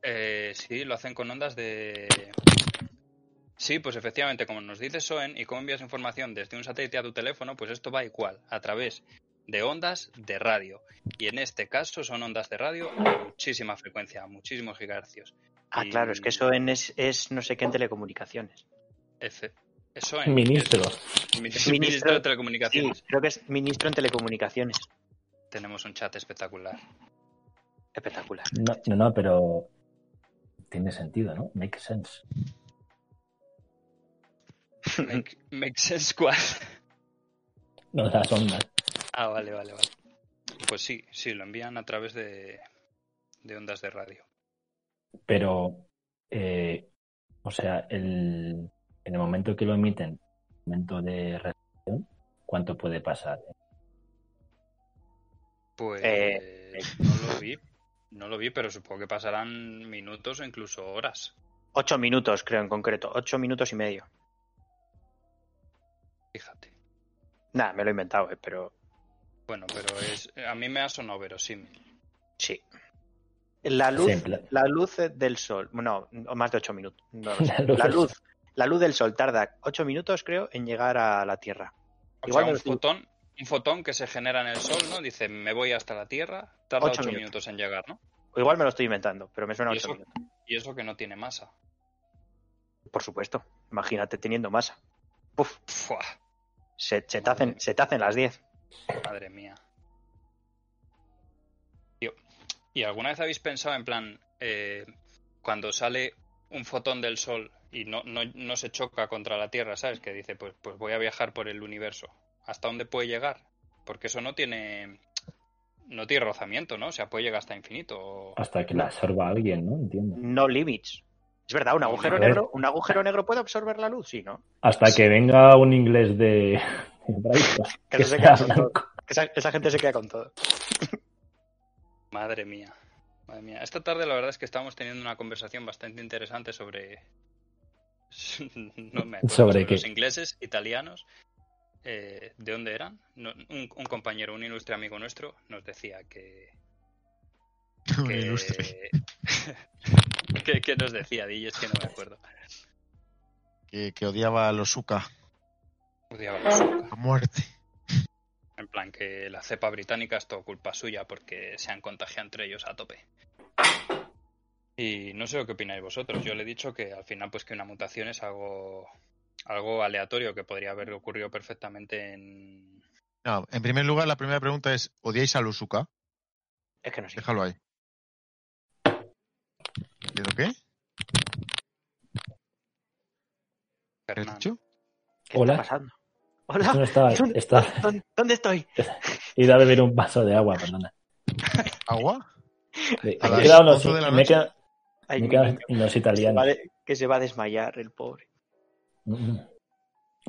Speaker 3: Eh, sí, lo hacen con ondas de. Sí, pues efectivamente, como nos dice Soen, y cómo envías información desde un satélite a tu teléfono, pues esto va igual, a través de ondas de radio. Y en este caso son ondas de radio a muchísima frecuencia, a muchísimos gigahercios.
Speaker 4: Ah,
Speaker 3: Y-
Speaker 4: claro, es que eso en es, es no sé qué en telecomunicaciones.
Speaker 3: Efe- Soen,
Speaker 1: Ministro.
Speaker 3: es- mi-
Speaker 4: Ministro.
Speaker 3: ministro de
Speaker 4: Sí,
Speaker 3: Telecomunicaciones.
Speaker 4: creo que es ministro en telecomunicaciones.
Speaker 3: Tenemos un chat espectacular.
Speaker 4: Espectacular.
Speaker 1: No, no, no, pero tiene sentido, ¿no? Make sense.
Speaker 3: Make, make sense cuál.
Speaker 1: No, las ondas.
Speaker 3: Ah, vale, vale, vale. Pues sí, sí, lo envían a través de, de ondas de radio.
Speaker 1: Pero, eh, o sea, el, en el momento que lo emiten, en el momento de recepción, ¿cuánto puede pasar?
Speaker 3: Pues
Speaker 4: Eh,
Speaker 3: no lo vi. No lo vi, pero supongo que pasarán minutos o incluso horas.
Speaker 4: Ocho minutos, creo, en concreto. Ocho minutos y medio.
Speaker 3: Fíjate.
Speaker 4: Nada, me lo he inventado, eh, pero
Speaker 3: Bueno, pero es a mí me ha sonado verosímil.
Speaker 4: sí. La luz,
Speaker 1: Siempre.
Speaker 4: la luz del sol. No, o más de ocho minutos. no lo sé.
Speaker 1: La luz
Speaker 4: la
Speaker 1: del
Speaker 4: luz. La luz del sol tarda ocho minutos, creo, en llegar a la Tierra.
Speaker 3: O
Speaker 4: Igual
Speaker 3: sea,
Speaker 4: no
Speaker 3: un
Speaker 4: estoy-
Speaker 3: fotón, un fotón que se genera en el sol, ¿no? Dice, me voy hasta la Tierra, tarda
Speaker 4: Ocho
Speaker 3: ocho
Speaker 4: minutos.
Speaker 3: minutos en llegar, ¿no?
Speaker 4: O igual me lo estoy inventando, pero me suena a
Speaker 3: ¿Y
Speaker 4: ocho
Speaker 3: eso?
Speaker 4: minutos.
Speaker 3: Y eso que no tiene masa.
Speaker 4: Por supuesto. Imagínate teniendo masa. Puf,
Speaker 3: Fua,
Speaker 4: se, se te, hacen, se te hacen las diez.
Speaker 3: madre mía. Tío, ¿Y alguna vez habéis pensado en plan, eh, cuando sale un fotón del sol y no, no, no se choca contra la Tierra, ¿sabes? Que dice, pues, pues voy a viajar por el universo. ¿Hasta dónde puede llegar? Porque eso no tiene... No tiene rozamiento, ¿no? O sea, puede llegar hasta infinito. o-
Speaker 1: Hasta que la absorba alguien, ¿no? Entiendo.
Speaker 4: No limits. Es verdad, un
Speaker 3: No
Speaker 4: agujero
Speaker 1: limits.
Speaker 4: negro, un agujero negro puede absorber la luz, sí, ¿no?
Speaker 1: Hasta que venga un inglés de, de Brighton,
Speaker 4: Que
Speaker 1: que
Speaker 4: se
Speaker 1: sea
Speaker 4: queda con todo.
Speaker 1: blanco.
Speaker 4: Esa, esa gente se queda con todo.
Speaker 3: Madre mía. Madre mía. Esta tarde la verdad es que estábamos teniendo una conversación bastante interesante sobre... no me acuerdo,
Speaker 1: ¿Sobre qué?
Speaker 3: los ingleses, italianos. eh, ¿De dónde eran? No, un, un compañero, un ilustre amigo nuestro, nos decía que...
Speaker 2: Un
Speaker 3: que-
Speaker 2: ilustre.
Speaker 3: que- que nos decía? Di, es que no me acuerdo.
Speaker 2: Que, que odiaba a los Uka
Speaker 3: Odiaba la azúcar.
Speaker 2: a muerte.
Speaker 3: En plan, que la cepa británica es todo culpa suya porque se han contagiado entre ellos a tope. Y no sé lo que opináis vosotros. Yo le he dicho que al final, pues que una mutación es algo, algo aleatorio que podría haber ocurrido perfectamente en.
Speaker 2: No, en primer lugar, la primera pregunta es: ¿odiáis a los Uka?
Speaker 4: Es que no sé.
Speaker 2: Déjalo ahí. ¿Y lo qué? ¿Qué has
Speaker 3: Fernán.
Speaker 2: dicho?
Speaker 4: ¿Qué
Speaker 1: Hola.
Speaker 4: está pasando?
Speaker 1: Eso no
Speaker 4: Hola.
Speaker 1: estaba,
Speaker 4: ¿Dónde-
Speaker 1: está,
Speaker 4: ¿Dónde, dónde estoy?
Speaker 1: he ido a beber un vaso de agua, perdona.
Speaker 2: ¿Agua?
Speaker 1: Me,
Speaker 2: A
Speaker 1: me
Speaker 2: las
Speaker 1: he quedado en los-
Speaker 2: 11 de la
Speaker 1: me he
Speaker 2: noche.
Speaker 1: quedado-
Speaker 4: Ay,
Speaker 1: me he
Speaker 4: mi
Speaker 1: quedado
Speaker 4: niño,
Speaker 1: en los
Speaker 4: que se va
Speaker 1: italianos.
Speaker 4: de- que se va a desmayar el pobre.
Speaker 1: Mm, mm.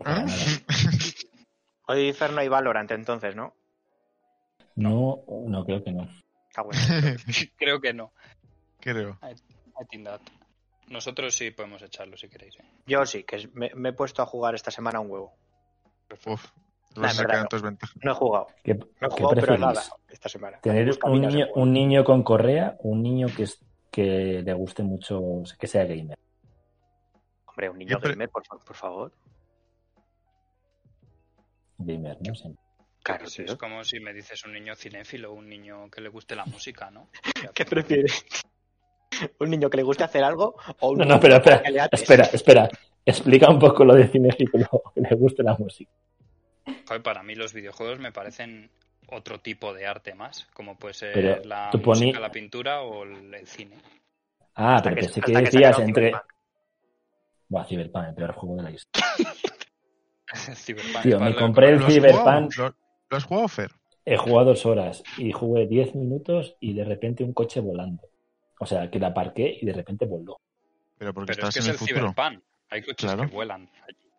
Speaker 2: ¿Ah?
Speaker 4: Hoy Fer no hay Valorant entonces, ¿no?
Speaker 1: No, no creo que no.
Speaker 4: Está bueno.
Speaker 3: Creo que no.
Speaker 2: Creo.
Speaker 3: I think that. Nosotros sí podemos echarlo si queréis. ¿eh?
Speaker 4: Yo sí, que es- me, me he puesto a jugar esta semana un huevo.
Speaker 2: Uf. Tú
Speaker 4: Nah,
Speaker 2: vas a
Speaker 4: en verdad
Speaker 2: sacar
Speaker 4: no.
Speaker 2: tus ventajas.
Speaker 4: No he jugado.
Speaker 1: ¿Qué,
Speaker 4: No he
Speaker 1: qué
Speaker 4: jugado, pero
Speaker 1: preferís?
Speaker 4: nada. Esta semana.
Speaker 1: ¿Tener
Speaker 4: Busca
Speaker 1: un
Speaker 4: minas de
Speaker 1: niño,
Speaker 4: juego.
Speaker 1: un niño con correa o un niño que, es- que le guste mucho, que sea gamer?
Speaker 4: Hombre, un niño
Speaker 2: Yo pre-
Speaker 4: gamer, por, fa- por favor.
Speaker 1: Gamer, ¿no? Sí.
Speaker 4: Claro,
Speaker 3: Pues
Speaker 4: tío.
Speaker 3: es como si me dices un niño cinéfilo, un niño que le guste la música, ¿no? O sea,
Speaker 4: ¿Qué
Speaker 3: pues,
Speaker 4: prefieres? ¿Un niño que le guste hacer algo o un
Speaker 1: No,
Speaker 4: niño
Speaker 1: no, pero espera,
Speaker 4: que le ates?
Speaker 1: espera, espera. Explica un poco lo de cinéfilo, que le guste la música.
Speaker 3: Joder, para mí los videojuegos me parecen otro tipo de arte más, como puede ser
Speaker 1: Pero
Speaker 3: la
Speaker 1: tú
Speaker 3: música,
Speaker 1: poní-
Speaker 3: la pintura o el, el cine.
Speaker 1: Ah,
Speaker 4: Hasta
Speaker 1: pero
Speaker 4: que-
Speaker 1: pensé
Speaker 4: hasta
Speaker 1: que
Speaker 4: que
Speaker 1: decías
Speaker 4: sacaron
Speaker 1: entre.
Speaker 4: Cyberpunk.
Speaker 1: Buah, Cyberpunk, el peor juego de la historia.
Speaker 3: Cyberpunk,
Speaker 1: Tío,
Speaker 3: para
Speaker 1: me
Speaker 3: la-
Speaker 1: compré el
Speaker 2: ¿Lo has
Speaker 1: Cyberpunk,
Speaker 2: jugado? ¿Lo- lo has jugado, Fer?
Speaker 1: he jugado dos horas y jugué diez minutos y de repente un coche volando. O sea, que la parqué y de repente voló.
Speaker 2: Pero porque
Speaker 3: Pero es
Speaker 2: estás
Speaker 3: que es
Speaker 2: en
Speaker 3: el
Speaker 2: el futuro.
Speaker 3: Cyberpunk. Hay coches
Speaker 2: Claro.
Speaker 3: que vuelan. allí.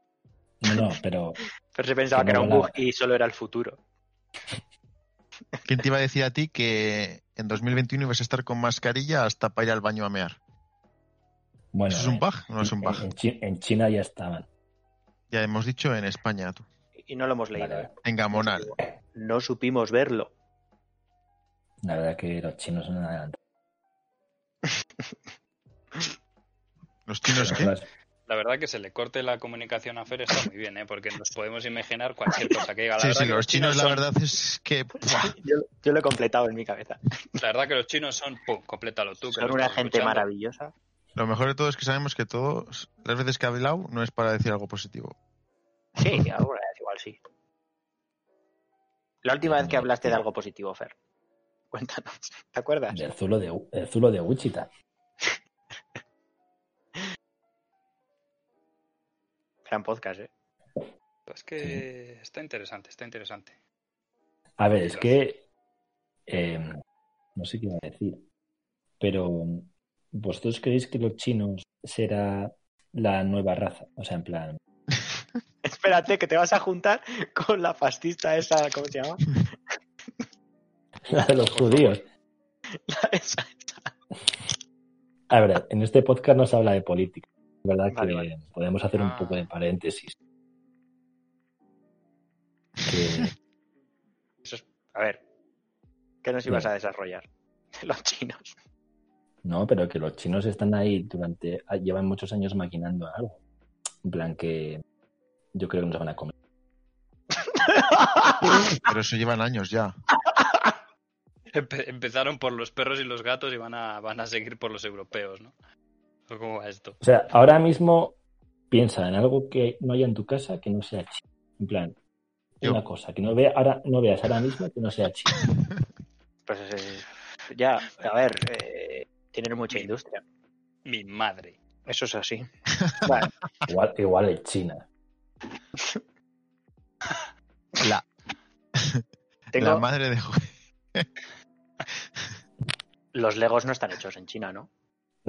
Speaker 1: No, no, pero
Speaker 4: Pero se pensaba
Speaker 1: Que
Speaker 4: que era
Speaker 1: no
Speaker 4: un bug
Speaker 1: volaba.
Speaker 4: y solo era el futuro.
Speaker 2: ¿Quién te iba a decir a ti que en 2021 ibas a estar con mascarilla hasta para ir al baño a mear?
Speaker 1: Bueno,
Speaker 2: ¿Eso es
Speaker 3: eh,
Speaker 2: un
Speaker 1: en-
Speaker 2: bug? No es un
Speaker 1: en-
Speaker 2: bug.
Speaker 1: En, Chi- en China ya estaban.
Speaker 2: Ya hemos dicho en España, tú.
Speaker 4: Y no lo hemos leído.
Speaker 1: Vale,
Speaker 4: ¿eh?
Speaker 2: Venga, Monal.
Speaker 4: No supimos verlo.
Speaker 1: La verdad que los chinos son adelantados.
Speaker 2: ¿Los chinos qué?
Speaker 1: Las-
Speaker 3: La verdad que se le corte la comunicación a Fer está muy bien, ¿eh? porque nos podemos imaginar cualquier cosa que diga. La
Speaker 2: Sí,
Speaker 3: verdad
Speaker 2: sí,
Speaker 3: que
Speaker 2: los chinos la
Speaker 3: son-
Speaker 2: verdad es que... ¡buah!
Speaker 4: Yo, yo lo he completado en mi cabeza.
Speaker 3: La verdad que los chinos son, pum, complétalo tú. Que
Speaker 4: Son
Speaker 3: lo
Speaker 4: una
Speaker 3: estás
Speaker 4: gente
Speaker 3: escuchando.
Speaker 4: maravillosa.
Speaker 2: Lo mejor de todo es que sabemos que todos, las veces que ha hablado, no es para decir algo positivo.
Speaker 4: Sí, alguna vez igual sí. La última vez que hablaste de algo positivo, Fer. Cuéntanos, ¿te acuerdas?
Speaker 1: Del zulo de, el zulo de Wichita.
Speaker 4: Gran podcast, ¿eh?
Speaker 3: Es que está interesante, está interesante.
Speaker 1: A ver, es que eh, no sé qué iba a decir, pero em, ¿vosotros creéis que los chinos será la nueva raza? O sea, en plan,
Speaker 4: Espérate, que te vas a juntar con la fascista esa, ¿cómo se llama?
Speaker 1: la de los judíos.
Speaker 4: La- esa.
Speaker 1: A ver, en este podcast no se habla de política. Es verdad
Speaker 4: Vale,
Speaker 1: que
Speaker 4: vale.
Speaker 1: podemos hacer un
Speaker 3: Ah.
Speaker 1: poco de paréntesis. Que-
Speaker 4: A ver, ¿qué nos ibas a desarrollar? De Los chinos.
Speaker 1: no, pero que los chinos están ahí durante, ah, llevan muchos años maquinando algo. En plan que yo creo que nos van a comer.
Speaker 2: Pero eso llevan años ya.
Speaker 3: Empe- empezaron por los perros y los gatos y van a, van a seguir por los europeos, ¿no? ¿O ¿Cómo va esto?
Speaker 1: O sea, ahora mismo piensa en algo que no haya en tu casa que no sea chino. En plan,
Speaker 2: Yo.
Speaker 1: una cosa que no, vea, ahora, no veas ahora mismo que no sea chino.
Speaker 4: Pues eh, ya, a ver, eh, tienen mucha industria.
Speaker 3: Mi madre.
Speaker 4: Eso es así.
Speaker 1: Igual, igual es China.
Speaker 2: La,
Speaker 4: Tengo,
Speaker 2: la madre de... Ju-
Speaker 4: Los Legos no están hechos en China, ¿no?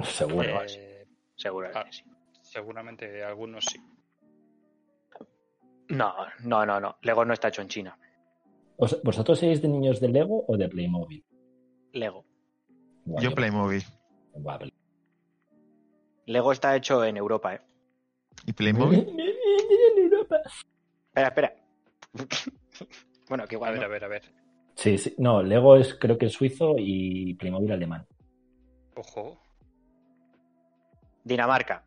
Speaker 1: Seguro.
Speaker 3: Eh,
Speaker 4: Seguro.
Speaker 3: Ah. seguramente algunos sí.
Speaker 4: No, no, no, no. Lego no está hecho en China.
Speaker 1: ¿Os- ¿Vosotros sois de niños de Lego o de Playmobil?
Speaker 4: Lego.
Speaker 1: Buah,
Speaker 2: Yo Playmobil.
Speaker 1: buah, Play-
Speaker 4: Lego está hecho en Europa, ¿eh?
Speaker 2: ¿Y
Speaker 1: ¿Eh?
Speaker 2: Playmobil?
Speaker 4: Espera, espera. bueno, que
Speaker 3: A
Speaker 4: igual.
Speaker 3: ver,
Speaker 4: no.
Speaker 3: a ver, a ver.
Speaker 1: Sí, sí. No, Lego es creo que es suizo y Playmobil alemán.
Speaker 3: Ojo.
Speaker 4: Dinamarca.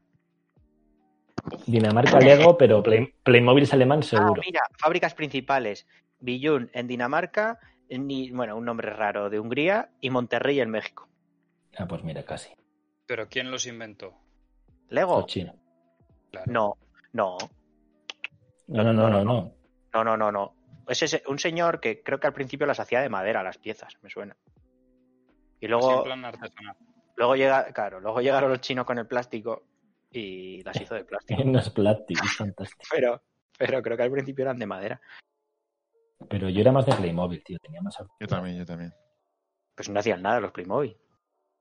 Speaker 1: Dinamarca Lego, pero Play- Playmobil es alemán seguro.
Speaker 4: Ah, mira, fábricas principales. Billund en Dinamarca, ni, bueno, un nombre raro de Hungría y Monterrey en México.
Speaker 1: Ah, pues mira, casi.
Speaker 3: ¿Pero quién los inventó?
Speaker 1: Los
Speaker 4: Lego.
Speaker 1: chinos.
Speaker 3: Claro.
Speaker 4: No, no,
Speaker 1: No, no, no, no, no.
Speaker 4: no, no, no, no. Es ese- un señor que creo que al principio las hacía de madera las piezas, me suena. Y
Speaker 3: Así
Speaker 4: luego
Speaker 3: en plan artesanal.
Speaker 4: Luego llega, claro, luego llegaron los chinos con el plástico y las hizo de plástico.
Speaker 1: No es plástico, es fantástico.
Speaker 4: Pero, pero creo que al principio eran de madera.
Speaker 1: Pero yo era más de Playmobil, tío. Tenía más.
Speaker 2: Yo también, yo también.
Speaker 4: Pues no hacían nada los Playmobil.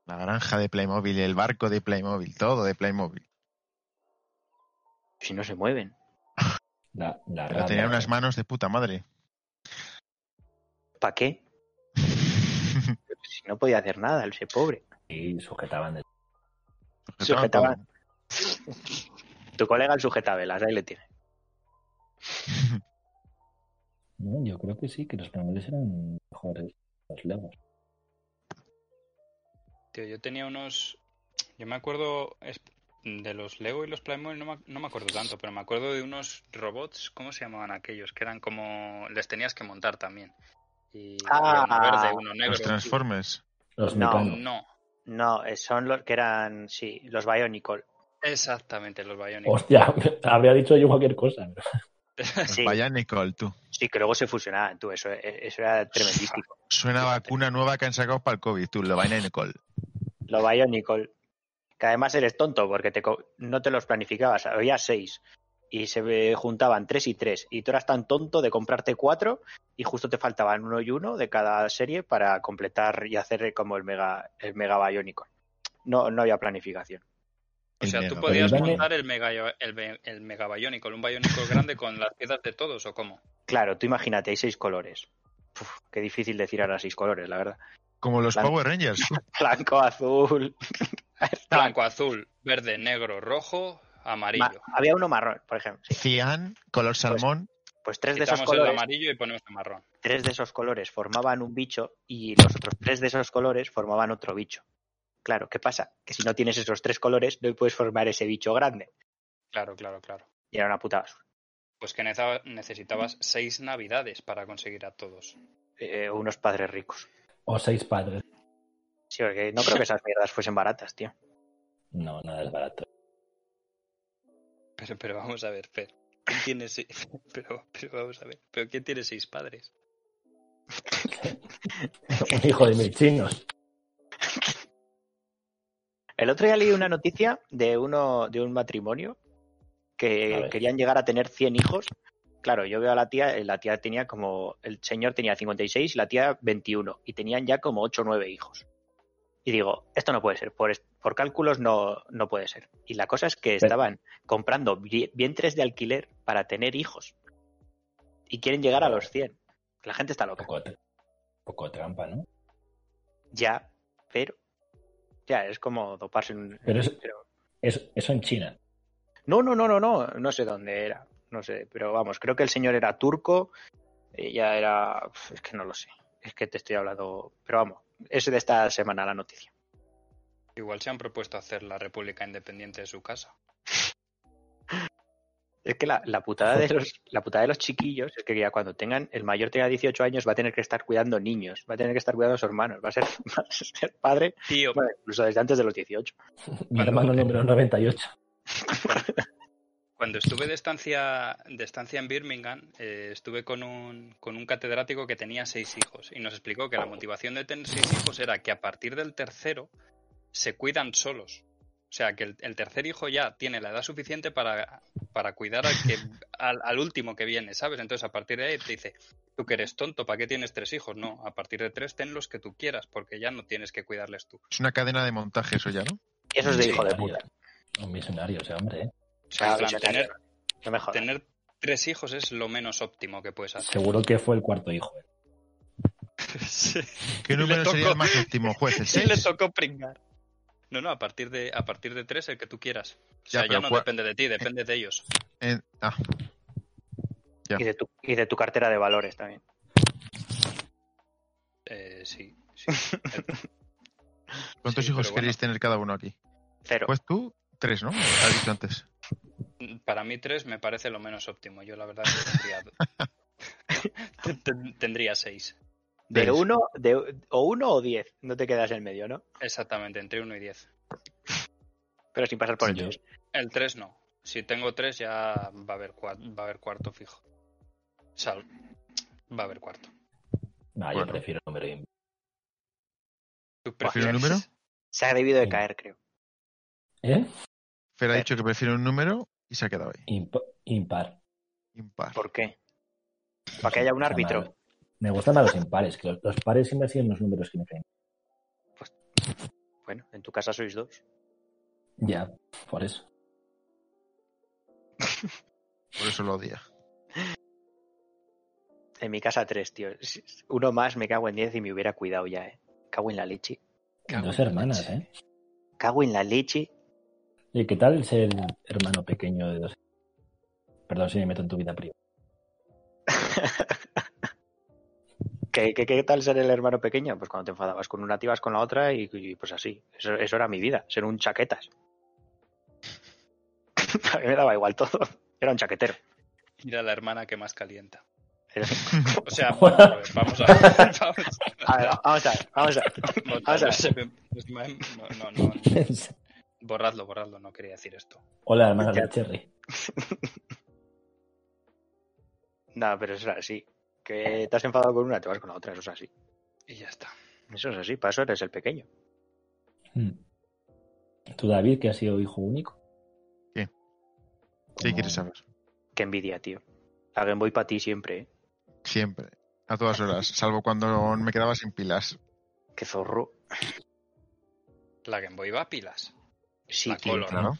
Speaker 2: La granja de Playmobil, el barco de Playmobil, todo de Playmobil.
Speaker 4: Si no se mueven.
Speaker 1: La, la
Speaker 2: Pero
Speaker 1: rabia.
Speaker 2: tenía unas manos de puta madre.
Speaker 4: ¿Para qué? Si no podía hacer nada, ese pobre.
Speaker 1: Y sujetaban de.
Speaker 4: Sujetaba. Tu colega el sujetabelas, ahí le tiene.
Speaker 1: No, yo creo que sí, que los Playmobil eran mejores los Legos.
Speaker 3: Tío, yo tenía unos. Yo me acuerdo es- de los Lego y los Playmobil, no me, no me acuerdo tanto, pero me acuerdo de unos robots, ¿cómo se llamaban aquellos? Que eran como. Les tenías que montar también. Y
Speaker 4: Ah.
Speaker 3: había uno verde, uno negro.
Speaker 2: Los Transformers.
Speaker 1: Los
Speaker 4: No.
Speaker 1: mecanos.
Speaker 3: No,
Speaker 4: No, eh, son los que eran, sí, los Bionicle.
Speaker 3: exactamente, los Bionic.
Speaker 1: Hostia, habría dicho yo cualquier cosa. pero-
Speaker 4: Sí,
Speaker 2: Vaya Nicole, tú.
Speaker 4: sí, que luego se fusionaban, tú, eso, eh, eso era tremendístico.
Speaker 2: Suena a vacuna nueva que han sacado para el COVID, tú, lo vaina Nicole.
Speaker 4: Los Bionicle. Que además eres tonto porque te co- no te los planificabas. Había seis y se ve- juntaban tres y tres. Y tú eras tan tonto de comprarte cuatro y justo te faltaban uno y uno de cada serie para completar y hacer como el mega, el mega Bionicle. No, no había planificación.
Speaker 3: O sea,
Speaker 4: pues
Speaker 3: tú
Speaker 2: Pero
Speaker 3: podías
Speaker 1: iban de-
Speaker 3: montar el mega, el, be- el mega Bionicle, un Bionicle grande con las piezas de todos, ¿o cómo?
Speaker 4: Claro, tú imagínate, hay seis colores. Uf, qué difícil decir ahora seis colores, la verdad.
Speaker 2: Como los
Speaker 4: Blanco.
Speaker 2: Power Rangers.
Speaker 4: Blanco, azul. Estaban-
Speaker 3: Blanco, azul, verde, negro, rojo,
Speaker 4: ma-
Speaker 3: amarillo.
Speaker 4: había uno marrón, por ejemplo. sí.
Speaker 2: Cian, color salmón.
Speaker 4: Pues tres de esos
Speaker 3: Quitamos el
Speaker 4: colores,
Speaker 3: amarillo y ponemos el marrón.
Speaker 4: tres de esos colores formaban un bicho y los otros tres de esos colores formaban otro bicho. Claro, ¿qué pasa? Que si no tienes esos tres colores, no puedes formar ese bicho grande.
Speaker 3: Claro, claro, claro.
Speaker 4: Y era una puta basura.
Speaker 3: Pues que neza- necesitabas seis navidades para conseguir a todos.
Speaker 4: Eh, unos padres ricos.
Speaker 1: O seis padres.
Speaker 4: Sí, porque no creo que esas mierdas fuesen baratas, tío.
Speaker 1: No, nada es barato.
Speaker 3: Pero, pero vamos a ver, Fer. ¿Quién tiene seis... pero, pero vamos a ver. ¿Pero quién tiene seis padres?
Speaker 1: Un hijo de mil chinos.
Speaker 4: El otro día leí una noticia de uno de un matrimonio
Speaker 1: A
Speaker 4: que
Speaker 1: ver.
Speaker 4: querían llegar a tener 100 hijos. Claro, yo veo a la tía, eh, la tía tenía como el señor tenía 56 y la tía 21 y tenían ya como 8 o 9 hijos. Y digo, esto no puede ser, por, est- por cálculos no, no puede ser. Y la cosa es que
Speaker 1: Pero-
Speaker 4: estaban comprando vi- vientres de alquiler para tener hijos y quieren llegar a los 100. La gente está
Speaker 1: Un
Speaker 4: loca.
Speaker 1: poco, tra- un poco trampa, ¿no?
Speaker 4: Ya, pero ya es como doparse en un-
Speaker 1: Pero es-
Speaker 4: pero-
Speaker 1: Es- eso en China.
Speaker 4: No, no, no, no, no, no sé dónde era, no sé, pero vamos, creo que el señor era turco, ella era, uf, es que no lo sé, es que te estoy hablando, pero vamos, es de esta semana la noticia.
Speaker 3: Igual se han propuesto hacer la república independiente de su casa.
Speaker 4: Es que la, la putada de los, la putada de los chiquillos es que ya cuando tengan, el mayor tenga 18 años va a tener que estar cuidando niños, va a tener que estar cuidando a sus hermanos, va a ser, va a ser padre,
Speaker 3: Tío,
Speaker 4: bueno, incluso desde antes de los 18.
Speaker 1: Mi hermano número 98.
Speaker 3: Cuando estuve de estancia, de estancia en Birmingham, eh, estuve con un, con un catedrático que tenía seis hijos y nos explicó que la motivación de tener seis hijos era que a partir del tercero se cuidan solos. O sea, que el, el tercer hijo ya tiene la edad suficiente para, para cuidar al, que, al, al último que viene, ¿sabes? Entonces, a partir de ahí te dice, tú que eres tonto, ¿para qué tienes tres hijos? No, a partir de tres ten los que tú quieras, porque ya no tienes que cuidarles tú.
Speaker 2: Es una cadena de montaje eso ya, ¿no?
Speaker 4: Y eso es de hijo de puta.
Speaker 1: Un misionario ese hombre, ¿eh?
Speaker 3: O sea, en plan, tener,
Speaker 4: No me jodas.
Speaker 3: tener tres hijos es lo menos óptimo que puedes hacer.
Speaker 1: Seguro que fue el cuarto hijo. ¿eh?
Speaker 3: Sí.
Speaker 2: ¿Qué
Speaker 3: Le
Speaker 2: número sería
Speaker 3: tocó.
Speaker 2: el más óptimo, juez? ¿El
Speaker 3: Sí, le
Speaker 2: 6?
Speaker 3: tocó pringar. No, no, a partir de, a partir de tres, el que tú quieras. O sea,
Speaker 2: Ya,
Speaker 3: ya,
Speaker 2: pero
Speaker 3: no
Speaker 2: cua-
Speaker 3: depende de ti, depende de ellos.
Speaker 2: Ah,
Speaker 4: Y de, tu, y de tu cartera de valores también.
Speaker 3: Eh, sí, sí.
Speaker 2: ¿Cuántos
Speaker 3: Sí,
Speaker 2: hijos
Speaker 3: pero
Speaker 2: queréis tener cada uno aquí?
Speaker 4: Cero.
Speaker 2: Pues tú, tres, ¿no? Has dicho antes.
Speaker 3: Para mí tres me parece lo menos óptimo. Yo la verdad que tendría, Ten- ten- tendría seis.
Speaker 4: De
Speaker 2: Tres.
Speaker 4: uno, de, o uno o diez, no te quedas en medio, ¿no?
Speaker 3: Exactamente, entre uno y diez.
Speaker 4: Pero sin pasar por el
Speaker 1: Yo-
Speaker 4: tres.
Speaker 3: El tres no. Si tengo tres ya va a haber, cua- va a haber cuarto fijo. Sal. Va a haber cuarto.
Speaker 1: No, yo
Speaker 2: Bueno.
Speaker 1: prefiero el número im-
Speaker 3: ¿Tú
Speaker 2: ¿Prefiero un
Speaker 3: prefieres-
Speaker 2: número?
Speaker 4: Se ha debido de
Speaker 1: Sí.
Speaker 4: caer, creo.
Speaker 1: ¿Eh?
Speaker 2: Fer ha dicho que prefiere un número y se ha quedado ahí.
Speaker 1: Imp- impar.
Speaker 2: Impar.
Speaker 4: ¿Por qué? Para que haya un
Speaker 1: Me gustan
Speaker 4: árbitro.
Speaker 1: más- Me gustan más los impares, que los, los pares siempre han sido unos números que me caen.
Speaker 4: Bueno, en tu casa sois dos.
Speaker 1: Ya, por eso.
Speaker 2: Por eso lo odia.
Speaker 4: En mi casa tres, tío. Si- Uno más me cago en diez y me hubiera cuidado ya, ¿eh? Cago en la leche.
Speaker 3: Cago
Speaker 1: Dos
Speaker 3: en la
Speaker 1: hermanas,
Speaker 3: leche.
Speaker 1: ¿eh?
Speaker 4: Cago en la leche.
Speaker 1: Oye, ¿qué tal ser hermano pequeño de dos? Perdón si me meto en tu vida privada.
Speaker 4: ¿Qué, qué, qué tal ser el hermano pequeño? Pues cuando te enfadabas con una, te ibas con la otra y, y pues así. Eso, eso era mi vida, ser un chaquetas. A mí me daba igual todo. Era un chaquetero.
Speaker 3: Ir a la hermana que más calienta.
Speaker 4: Era-
Speaker 3: O sea, vamos a ver. Vamos a ver, vamos a ver.
Speaker 4: A ver, vamos a ver, vamos a ver.
Speaker 3: No,
Speaker 4: Vamos a ver.
Speaker 3: se me- no, no, no. Borradlo, borradlo, no quería decir esto.
Speaker 1: Hola, hermanas de Cherry.
Speaker 4: No, pero eso es así. Que te has enfadado con una, te vas con la otra, eso es así.
Speaker 3: Y ya está.
Speaker 4: Eso es así, para eso eres el pequeño.
Speaker 1: Mm. Tú, David, que has sido hijo único.
Speaker 2: ¿Qué? ¿Qué
Speaker 1: Como-
Speaker 2: quieres saber?
Speaker 4: Qué envidia, tío. La Game Boy para ti siempre, ¿eh?
Speaker 2: Siempre. A todas horas. Salvo cuando me quedaba sin pilas.
Speaker 4: Qué zorro.
Speaker 3: La Game Boy va a pilas.
Speaker 4: Sí,
Speaker 3: La
Speaker 4: tío.
Speaker 3: Color.
Speaker 2: Claro.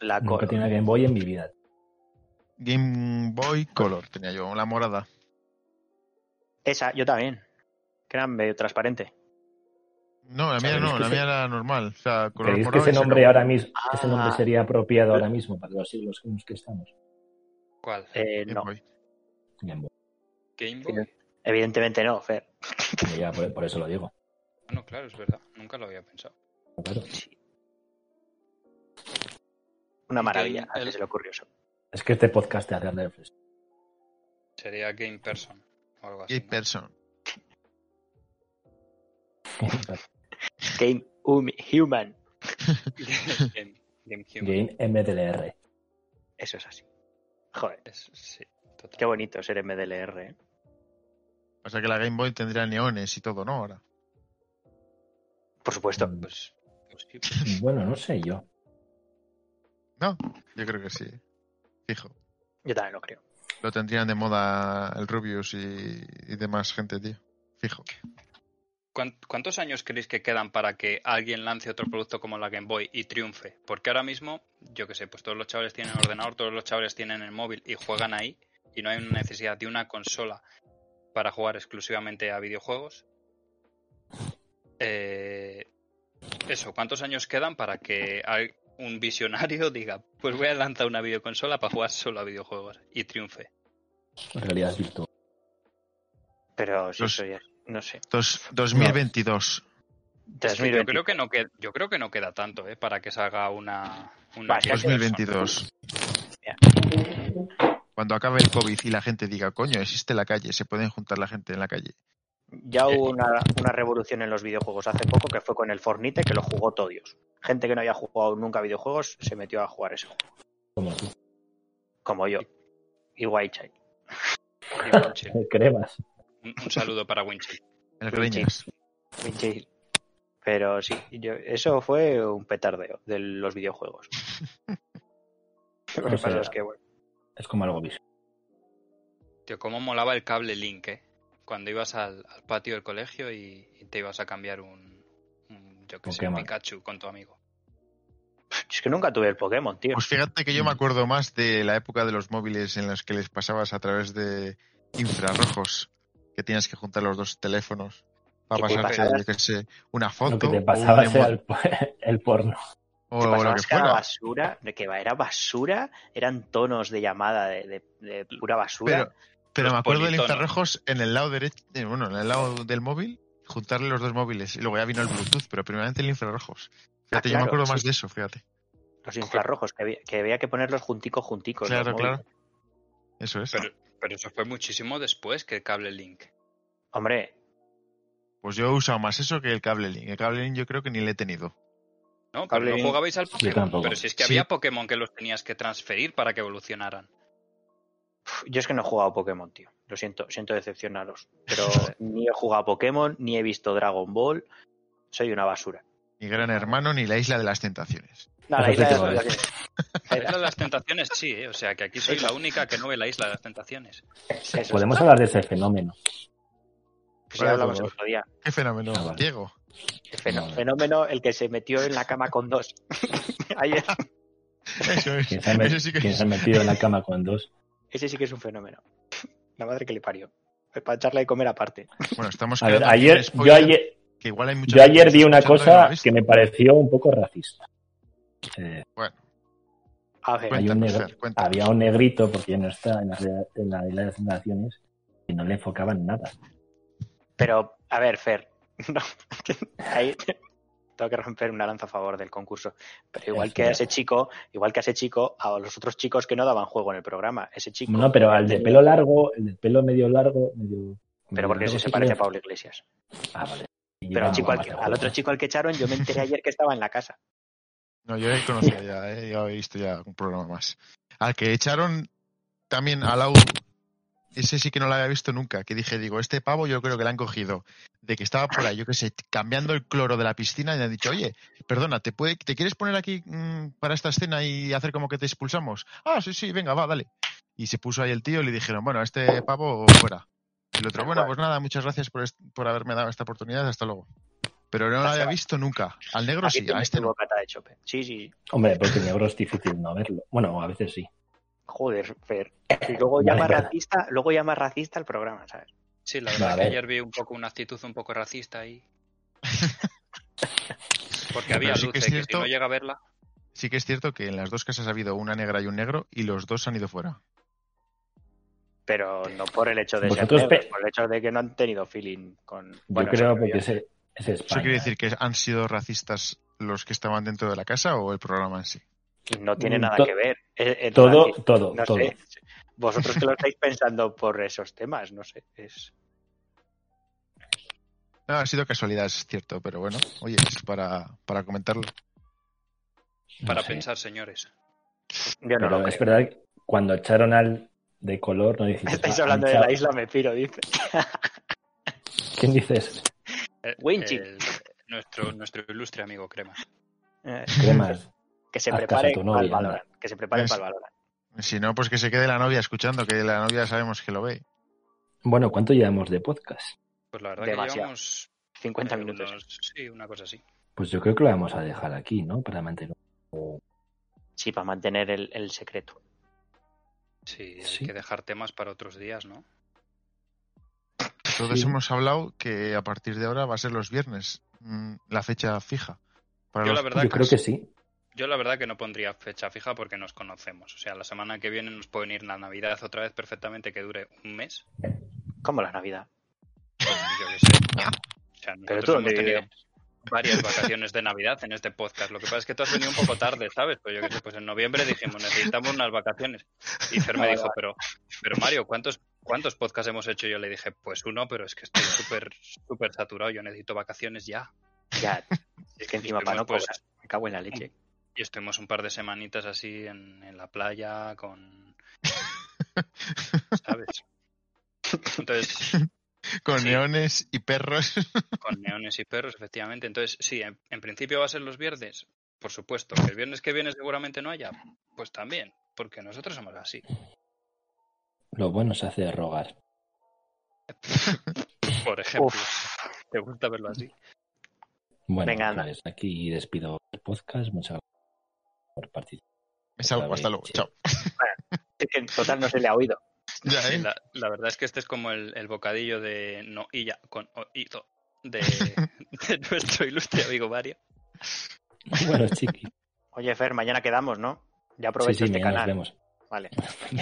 Speaker 4: La
Speaker 1: Nunca
Speaker 4: color.
Speaker 1: tenía Game Boy en mi vida.
Speaker 2: Game Boy Color tenía yo, la morada.
Speaker 4: Esa, yo también. Que era medio transparente.
Speaker 2: No, la mía
Speaker 1: ¿Sabéis
Speaker 2: no,
Speaker 1: que
Speaker 2: la
Speaker 1: se-
Speaker 2: mía era normal. O sea, color
Speaker 1: ¿Creéis que
Speaker 2: morado
Speaker 1: ese
Speaker 2: y se
Speaker 1: nombre,
Speaker 2: acabó.
Speaker 1: ahora mismo, ese nombre
Speaker 4: Ah.
Speaker 1: sería apropiado ahora mismo para los siglos en los que estamos?
Speaker 3: ¿Cuál?
Speaker 4: Eh,
Speaker 2: Bien,
Speaker 4: no,
Speaker 2: voy.
Speaker 1: Game Boy.
Speaker 3: ¿Game
Speaker 4: sí,
Speaker 3: Boy?
Speaker 4: evidentemente no, Fer.
Speaker 1: Ya, por, por eso lo digo.
Speaker 3: Ah, No, claro, es verdad. Nunca lo había pensado.
Speaker 1: Claro.
Speaker 4: Una maravilla,
Speaker 3: Game-
Speaker 4: a que
Speaker 3: el-
Speaker 4: se le ocurrió eso.
Speaker 1: Es que este podcast te hace reflexión.
Speaker 3: Sería Game Person o algo así.
Speaker 2: Gay
Speaker 3: ¿no?
Speaker 2: person.
Speaker 4: Game Hum- Human.
Speaker 3: Game, Game Human.
Speaker 1: Game MDLR.
Speaker 4: Eso es así. Joder,
Speaker 3: Es- sí, total.
Speaker 4: qué bonito ser MDLR. ¿eh?
Speaker 2: O sea que la Game Boy tendría neones y todo, ¿no? Ahora.
Speaker 4: Por supuesto.
Speaker 3: Pues, pues sí,
Speaker 1: Mm, Bueno, no sé yo.
Speaker 2: Yo creo que sí. Fijo.
Speaker 4: Yo también lo creo.
Speaker 2: Lo tendrían de moda el Rubius y, y demás gente, tío. Fijo.
Speaker 3: ¿Cuán- ¿Cuántos años creéis que quedan para que alguien lance otro producto como la Game Boy y triunfe? Porque ahora mismo, yo que sé, pues todos los chavales tienen ordenador, todos los chavales tienen el móvil y juegan ahí y no hay una necesidad de una consola para jugar exclusivamente a videojuegos. Eh, eso, ¿cuántos años quedan para que al- un visionario diga, pues voy a lanzar una videoconsola para jugar solo a videojuegos y triunfe?
Speaker 1: Realidad virtual.
Speaker 4: Pero sí,
Speaker 2: Los-
Speaker 4: eso ya es- No sé.
Speaker 2: Dos- 2022.
Speaker 3: Es que yo
Speaker 4: 2020.
Speaker 3: creo que no queda, yo creo que no queda tanto, ¿eh? Para que salga una, una
Speaker 4: Vale,
Speaker 3: Game Person.
Speaker 2: 2022.
Speaker 4: Ya.
Speaker 2: Cuando acabe el COVID y la gente diga, coño, existe la calle, se pueden juntar la gente en la calle.
Speaker 4: Ya hubo una, una revolución en los videojuegos hace poco que fue con el Fornite que lo jugó todo Dios. Gente que no había jugado nunca videojuegos se metió a jugar eso,
Speaker 1: Como tú.
Speaker 4: como yo. Y White Child.
Speaker 3: Y Winchill.
Speaker 1: Cremas.
Speaker 3: Un, un saludo para Winchill.
Speaker 2: El
Speaker 4: Sí,
Speaker 2: Greñas.
Speaker 4: White Child. Pero sí, yo- eso fue un petardeo de los videojuegos. Lo que
Speaker 1: O sea,
Speaker 4: pasa es que, bueno,
Speaker 1: Es como algo visto.
Speaker 3: Tío, cómo molaba el cable Link, ¿eh? Cuando ibas al, al patio del colegio y, y te ibas a cambiar un, un, yo que sé, un
Speaker 1: Pokémon.
Speaker 3: Pikachu con tu amigo.
Speaker 4: es que nunca tuve el Pokémon, tío.
Speaker 2: Pues fíjate que yo me acuerdo más de la época de los móviles en los que les pasabas a través de infrarrojos, que tenías que juntar los dos teléfonos para
Speaker 4: Que te
Speaker 2: pasarte,
Speaker 4: pasabas-
Speaker 2: yo qué sé, una
Speaker 1: Lo
Speaker 2: foto
Speaker 1: que te
Speaker 2: o
Speaker 1: pasaba
Speaker 2: un
Speaker 1: era
Speaker 2: emo-
Speaker 1: el, el porno.
Speaker 2: o
Speaker 4: Te
Speaker 2: lo que
Speaker 4: pasabas que era
Speaker 2: fuera.
Speaker 4: basura, de que va- era basura, eran tonos de llamada de, de- de pura basura.
Speaker 2: Pero, pero
Speaker 3: Los
Speaker 2: me acuerdo del
Speaker 3: politonos.
Speaker 2: infrarrojos en el lado derecho, eh, bueno, en el lado del móvil, juntarle los dos móviles. Y luego ya vino el Bluetooth, pero primeramente el infrarrojos. Fíjate, yo
Speaker 4: Ah, claro,
Speaker 2: me acuerdo
Speaker 4: sí.
Speaker 2: más de eso, fíjate.
Speaker 4: los infrarrojos, que había que, había que ponerlos junticos, junticos. los
Speaker 2: Claro,
Speaker 4: móviles.
Speaker 2: claro. Eso es.
Speaker 3: Pero, pero eso fue muchísimo después que el cable Link.
Speaker 4: Hombre,
Speaker 2: Pues yo he usado más eso que el cable link. El cable link yo creo que ni le he tenido.
Speaker 3: ¿No? Pero
Speaker 4: Cable
Speaker 3: no
Speaker 4: Link.
Speaker 3: jugabais al Pokémon.
Speaker 1: tampoco.
Speaker 3: Pero si es que
Speaker 2: Sí.
Speaker 3: había Pokémon que los tenías que transferir para que evolucionaran.
Speaker 4: pf, yo es que no he jugado a Pokémon, tío. Lo siento, siento decepcionaros. Pero ni he jugado a Pokémon, ni he visto Dragon Ball. Soy una basura.
Speaker 2: Ni Gran Hermano ni la Isla de las Tentaciones.
Speaker 4: No,
Speaker 1: Eso
Speaker 4: la isla
Speaker 1: sí
Speaker 4: de
Speaker 1: que lo
Speaker 4: las
Speaker 1: es.
Speaker 4: tentaciones.
Speaker 3: La isla de las tentaciones sí, ¿eh? O sea que aquí soy la única que no ve la isla de las tentaciones.
Speaker 4: Eso es.
Speaker 1: Podemos hablar de ese fenómeno.
Speaker 4: Que ya hablamos el
Speaker 2: Vale,
Speaker 4: otro día.
Speaker 2: Qué fenómeno,
Speaker 1: Ah, vale.
Speaker 2: Diego.
Speaker 4: El fenó-
Speaker 1: Vale.
Speaker 4: Fenómeno el que se metió en la cama con dos. Ayer.
Speaker 2: Eso es.
Speaker 1: ¿Quién se ha, met-
Speaker 2: Eso sí que
Speaker 1: quién
Speaker 2: es.
Speaker 1: se ha metido en la cama con dos?
Speaker 4: Ese sí que es un fenómeno. La madre que le parió. Para echarla de comer aparte.
Speaker 2: Bueno, estamos
Speaker 1: A ver,
Speaker 2: creando aquí un
Speaker 1: ayer, yo
Speaker 2: spoiler,
Speaker 1: ayer,
Speaker 2: que igual hay mucha
Speaker 1: yo
Speaker 2: gente
Speaker 1: ayer
Speaker 2: que
Speaker 1: vi
Speaker 2: está
Speaker 1: una
Speaker 2: escuchando y no la ha
Speaker 1: cosa
Speaker 2: visto.
Speaker 1: que me pareció un poco racista. Eh,
Speaker 2: Bueno,
Speaker 4: A ver.
Speaker 1: hay un
Speaker 2: Cuéntanos,
Speaker 1: negro-
Speaker 2: Fer, cuéntanos.
Speaker 1: había un negrito, porque ya no está en la, rea- en la isla de las naciones, y no le enfocaban nada.
Speaker 4: Pero, a ver, Fer, no, ahí tengo que romper una lanza a favor del concurso. Pero igual
Speaker 1: Es
Speaker 4: que a
Speaker 1: verdad.
Speaker 4: ese chico, igual que a ese chico, a los otros chicos que no daban juego en el programa, ese chico.
Speaker 1: No, pero al de pelo largo, el de pelo medio largo, medio. medio
Speaker 4: Pero porque
Speaker 1: largo,
Speaker 4: ese se
Speaker 1: sí
Speaker 4: parece
Speaker 1: que-
Speaker 4: a Pablo Iglesias.
Speaker 1: Ah, vale. Y
Speaker 4: Pero al,
Speaker 1: llevaba
Speaker 4: chico al,
Speaker 1: más
Speaker 4: que-
Speaker 1: de
Speaker 4: al otro
Speaker 1: juego.
Speaker 4: chico al que echaron, yo me enteré ayer que estaba en la casa.
Speaker 2: No, yo he conocido ya, eh, ya he visto ya un programa más. Al que echaron también a Lau, ese sí que no lo había visto nunca, que dije, digo, este pavo yo creo que le han cogido, de que estaba por ahí, yo qué sé, cambiando el cloro de la piscina y le han dicho, oye, perdona, ¿te, puede, ¿te quieres poner aquí mm, para esta escena y hacer como que te expulsamos? Ah, sí, sí, venga, va, dale. Y se puso ahí el tío y le dijeron, bueno, a este pavo fuera. El otro,
Speaker 4: Tal
Speaker 2: bueno,
Speaker 4: cual.
Speaker 2: pues nada, muchas gracias por, est- por haberme dado esta oportunidad, hasta luego. Pero no lo
Speaker 4: Pasa.
Speaker 2: había visto nunca. Al negro
Speaker 4: Aquí
Speaker 2: sí,
Speaker 4: tiene
Speaker 2: a este
Speaker 4: tu
Speaker 2: no.
Speaker 4: bocata de chope. Sí, sí.
Speaker 1: Hombre, porque negro es difícil no verlo. Bueno, a veces sí.
Speaker 4: Joder, Fer. Y luego llama
Speaker 1: Vale, vale.
Speaker 4: racista, luego llama racista al programa, ¿sabes?
Speaker 3: Sí, la verdad
Speaker 1: Vale.
Speaker 3: que ayer vi un poco una actitud un poco racista ahí. Porque había
Speaker 2: Pero sí que
Speaker 3: luces,
Speaker 2: es
Speaker 3: que, si
Speaker 2: cierto-
Speaker 3: no llega a verla.
Speaker 2: Sí que es cierto que en las dos casas ha habido una negra y un negro y los dos han ido fuera.
Speaker 4: Pero no por el hecho de ser
Speaker 1: Vosotros
Speaker 4: negros,
Speaker 1: pe-
Speaker 4: por el hecho de que no han tenido feeling con. bueno,
Speaker 1: yo creo
Speaker 4: eso
Speaker 1: porque
Speaker 4: yo.
Speaker 1: ese, ese es
Speaker 2: ¿Eso
Speaker 1: España.
Speaker 2: quiere decir que han sido racistas los que estaban dentro de la casa o el programa en sí?
Speaker 4: No tiene
Speaker 1: Mm,
Speaker 4: nada
Speaker 1: to-
Speaker 4: que ver. Eh, eh,
Speaker 1: Todo,
Speaker 4: Dani,
Speaker 1: todo,
Speaker 4: no
Speaker 1: todo.
Speaker 4: sé. Vosotros que lo estáis pensando por esos temas, no sé. Es...
Speaker 2: No, ha sido casualidad, es cierto, pero bueno, oye, es para, para comentarlo.
Speaker 1: No
Speaker 3: Para
Speaker 1: sé.
Speaker 3: pensar, señores.
Speaker 4: Yo no eh.
Speaker 1: Pero
Speaker 4: lo
Speaker 1: es
Speaker 4: creo.
Speaker 1: verdad que cuando echaron al de color, no dijiste.
Speaker 4: Estáis
Speaker 1: "Ah,
Speaker 4: hablando
Speaker 1: han
Speaker 4: de la
Speaker 1: echado-".
Speaker 4: isla me piro, dice.
Speaker 1: ¿Quién dices?
Speaker 3: Eh,
Speaker 4: Winchi.
Speaker 3: el- nuestro, nuestro ilustre amigo Crema.
Speaker 4: Eh,
Speaker 1: Cremas.
Speaker 4: Que se
Speaker 1: Haz caso
Speaker 4: prepare
Speaker 1: a tu
Speaker 4: para el
Speaker 1: novia, anda.
Speaker 4: Valorant. Que se prepare
Speaker 2: Es-
Speaker 4: para el Valorant.
Speaker 2: Si no, pues que se quede la novia escuchando, que la novia sabemos que lo ve.
Speaker 1: Bueno, ¿cuánto llevamos de podcast?
Speaker 3: Pues la verdad
Speaker 4: Demasiado.
Speaker 3: que llevamos.
Speaker 4: 50
Speaker 3: eh,
Speaker 4: minutos.
Speaker 3: unos- sí, una cosa así.
Speaker 1: Pues yo creo que lo vamos a dejar aquí, ¿no? Para mantener.
Speaker 4: Sí, para mantener el, el secreto.
Speaker 3: Sí, hay
Speaker 1: Sí.
Speaker 3: que dejar temas para otros días, ¿no?
Speaker 2: Entonces
Speaker 1: Sí.
Speaker 2: hemos hablado que a partir de ahora va a ser los viernes, mm, la fecha fija. Para
Speaker 3: Yo
Speaker 2: los
Speaker 3: la verdad
Speaker 1: Yo creo
Speaker 2: podcasts.
Speaker 1: que sí.
Speaker 3: Yo la verdad que no pondría fecha fija porque nos conocemos. O sea, la semana que viene nos pueden ir la Navidad otra vez perfectamente que dure un mes.
Speaker 4: Como la Navidad.
Speaker 3: Pues yo qué sé. O sea,
Speaker 4: Pero
Speaker 3: nosotros
Speaker 4: tú
Speaker 3: hemos
Speaker 4: dónde
Speaker 3: tenido
Speaker 4: vives.
Speaker 3: eh, varias vacaciones de Navidad en este podcast. Lo que pasa es que tú has venido un poco tarde, ¿sabes? Pues yo qué sé, pues en noviembre dijimos, necesitamos unas vacaciones. Y Fer me
Speaker 4: Vale,
Speaker 3: dijo, pero, pero Mario, ¿cuántos, ¿cuántos podcasts hemos hecho? Yo le dije, pues uno, pero es que estoy súper, súper saturado. Yo necesito vacaciones ya.
Speaker 4: Ya. Es que encima
Speaker 3: Y
Speaker 4: para no
Speaker 3: pues-
Speaker 4: cobrar. Me cago en la leche.
Speaker 3: Y estuvimos un par de semanitas así en, en la playa con... ¿Sabes? Entonces,
Speaker 2: Con
Speaker 3: Sí.
Speaker 2: neones y perros.
Speaker 3: Con neones y perros, efectivamente. Entonces, sí, en, en principio va a ser los viernes, por supuesto. Que el viernes que viene seguramente no haya, pues también, porque nosotros somos así.
Speaker 1: Lo bueno se hace rogar.
Speaker 3: Por ejemplo,
Speaker 4: Uf.
Speaker 3: te gusta verlo así.
Speaker 1: Bueno,
Speaker 4: Venga, anda.
Speaker 1: pues aquí despido el podcast. Muchas gracias por participar.
Speaker 3: Pues
Speaker 2: Es algo, hasta luego,
Speaker 1: Sí.
Speaker 2: chao.
Speaker 4: Es que en total no se le ha oído.
Speaker 2: Ya,
Speaker 3: Sí,
Speaker 2: ¿eh?
Speaker 3: la, la verdad es que este es como el, el bocadillo de no y ya con o, y to, de, de nuestro ilustre amigo Mario.
Speaker 1: Bueno, chiqui.
Speaker 4: Oye, Fer, mañana quedamos, ¿no?
Speaker 1: Sí,
Speaker 4: Ya aprovecho
Speaker 1: sí,
Speaker 4: este
Speaker 1: mañana nos
Speaker 4: canal.
Speaker 1: vemos.
Speaker 4: Vale.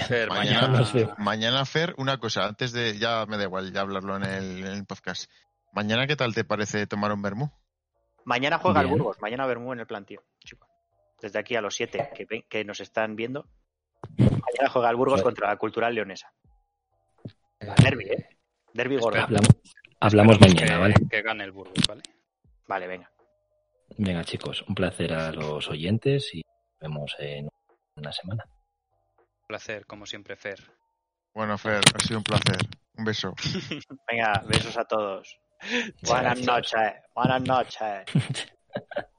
Speaker 3: Fer,
Speaker 2: Mañana
Speaker 3: mañana-
Speaker 1: nos vemos.
Speaker 2: Mañana, Fer, una cosa, antes de. Ya me da igual ya hablarlo en el, en el podcast. Mañana, ¿qué tal te parece tomar un vermú?
Speaker 4: Mañana juega el
Speaker 1: Bien.
Speaker 4: Burgos. Mañana Bermú en el plantío. chicos. Desde aquí a los 7 que, ven- que nos están viendo. Mañana juega el Burgos
Speaker 1: Joder.
Speaker 4: contra la Cultural Leonesa. Derby, ¿eh? Derby gordo.
Speaker 3: Espera.
Speaker 1: Hablamos, hablamos
Speaker 3: esperamos
Speaker 1: mañana,
Speaker 3: que-
Speaker 1: ¿vale?
Speaker 3: Que gane el Burgos, ¿vale?
Speaker 4: Vale, venga.
Speaker 1: Venga, chicos, un placer a los oyentes y nos vemos en una semana.
Speaker 3: Un placer, como siempre, Fer.
Speaker 2: Bueno, Fer, ha sido un placer. Un beso.
Speaker 4: Venga, besos a todos.
Speaker 1: Muchas
Speaker 4: Buenas eh.
Speaker 1: gracias.
Speaker 4: noches. Buenas noches.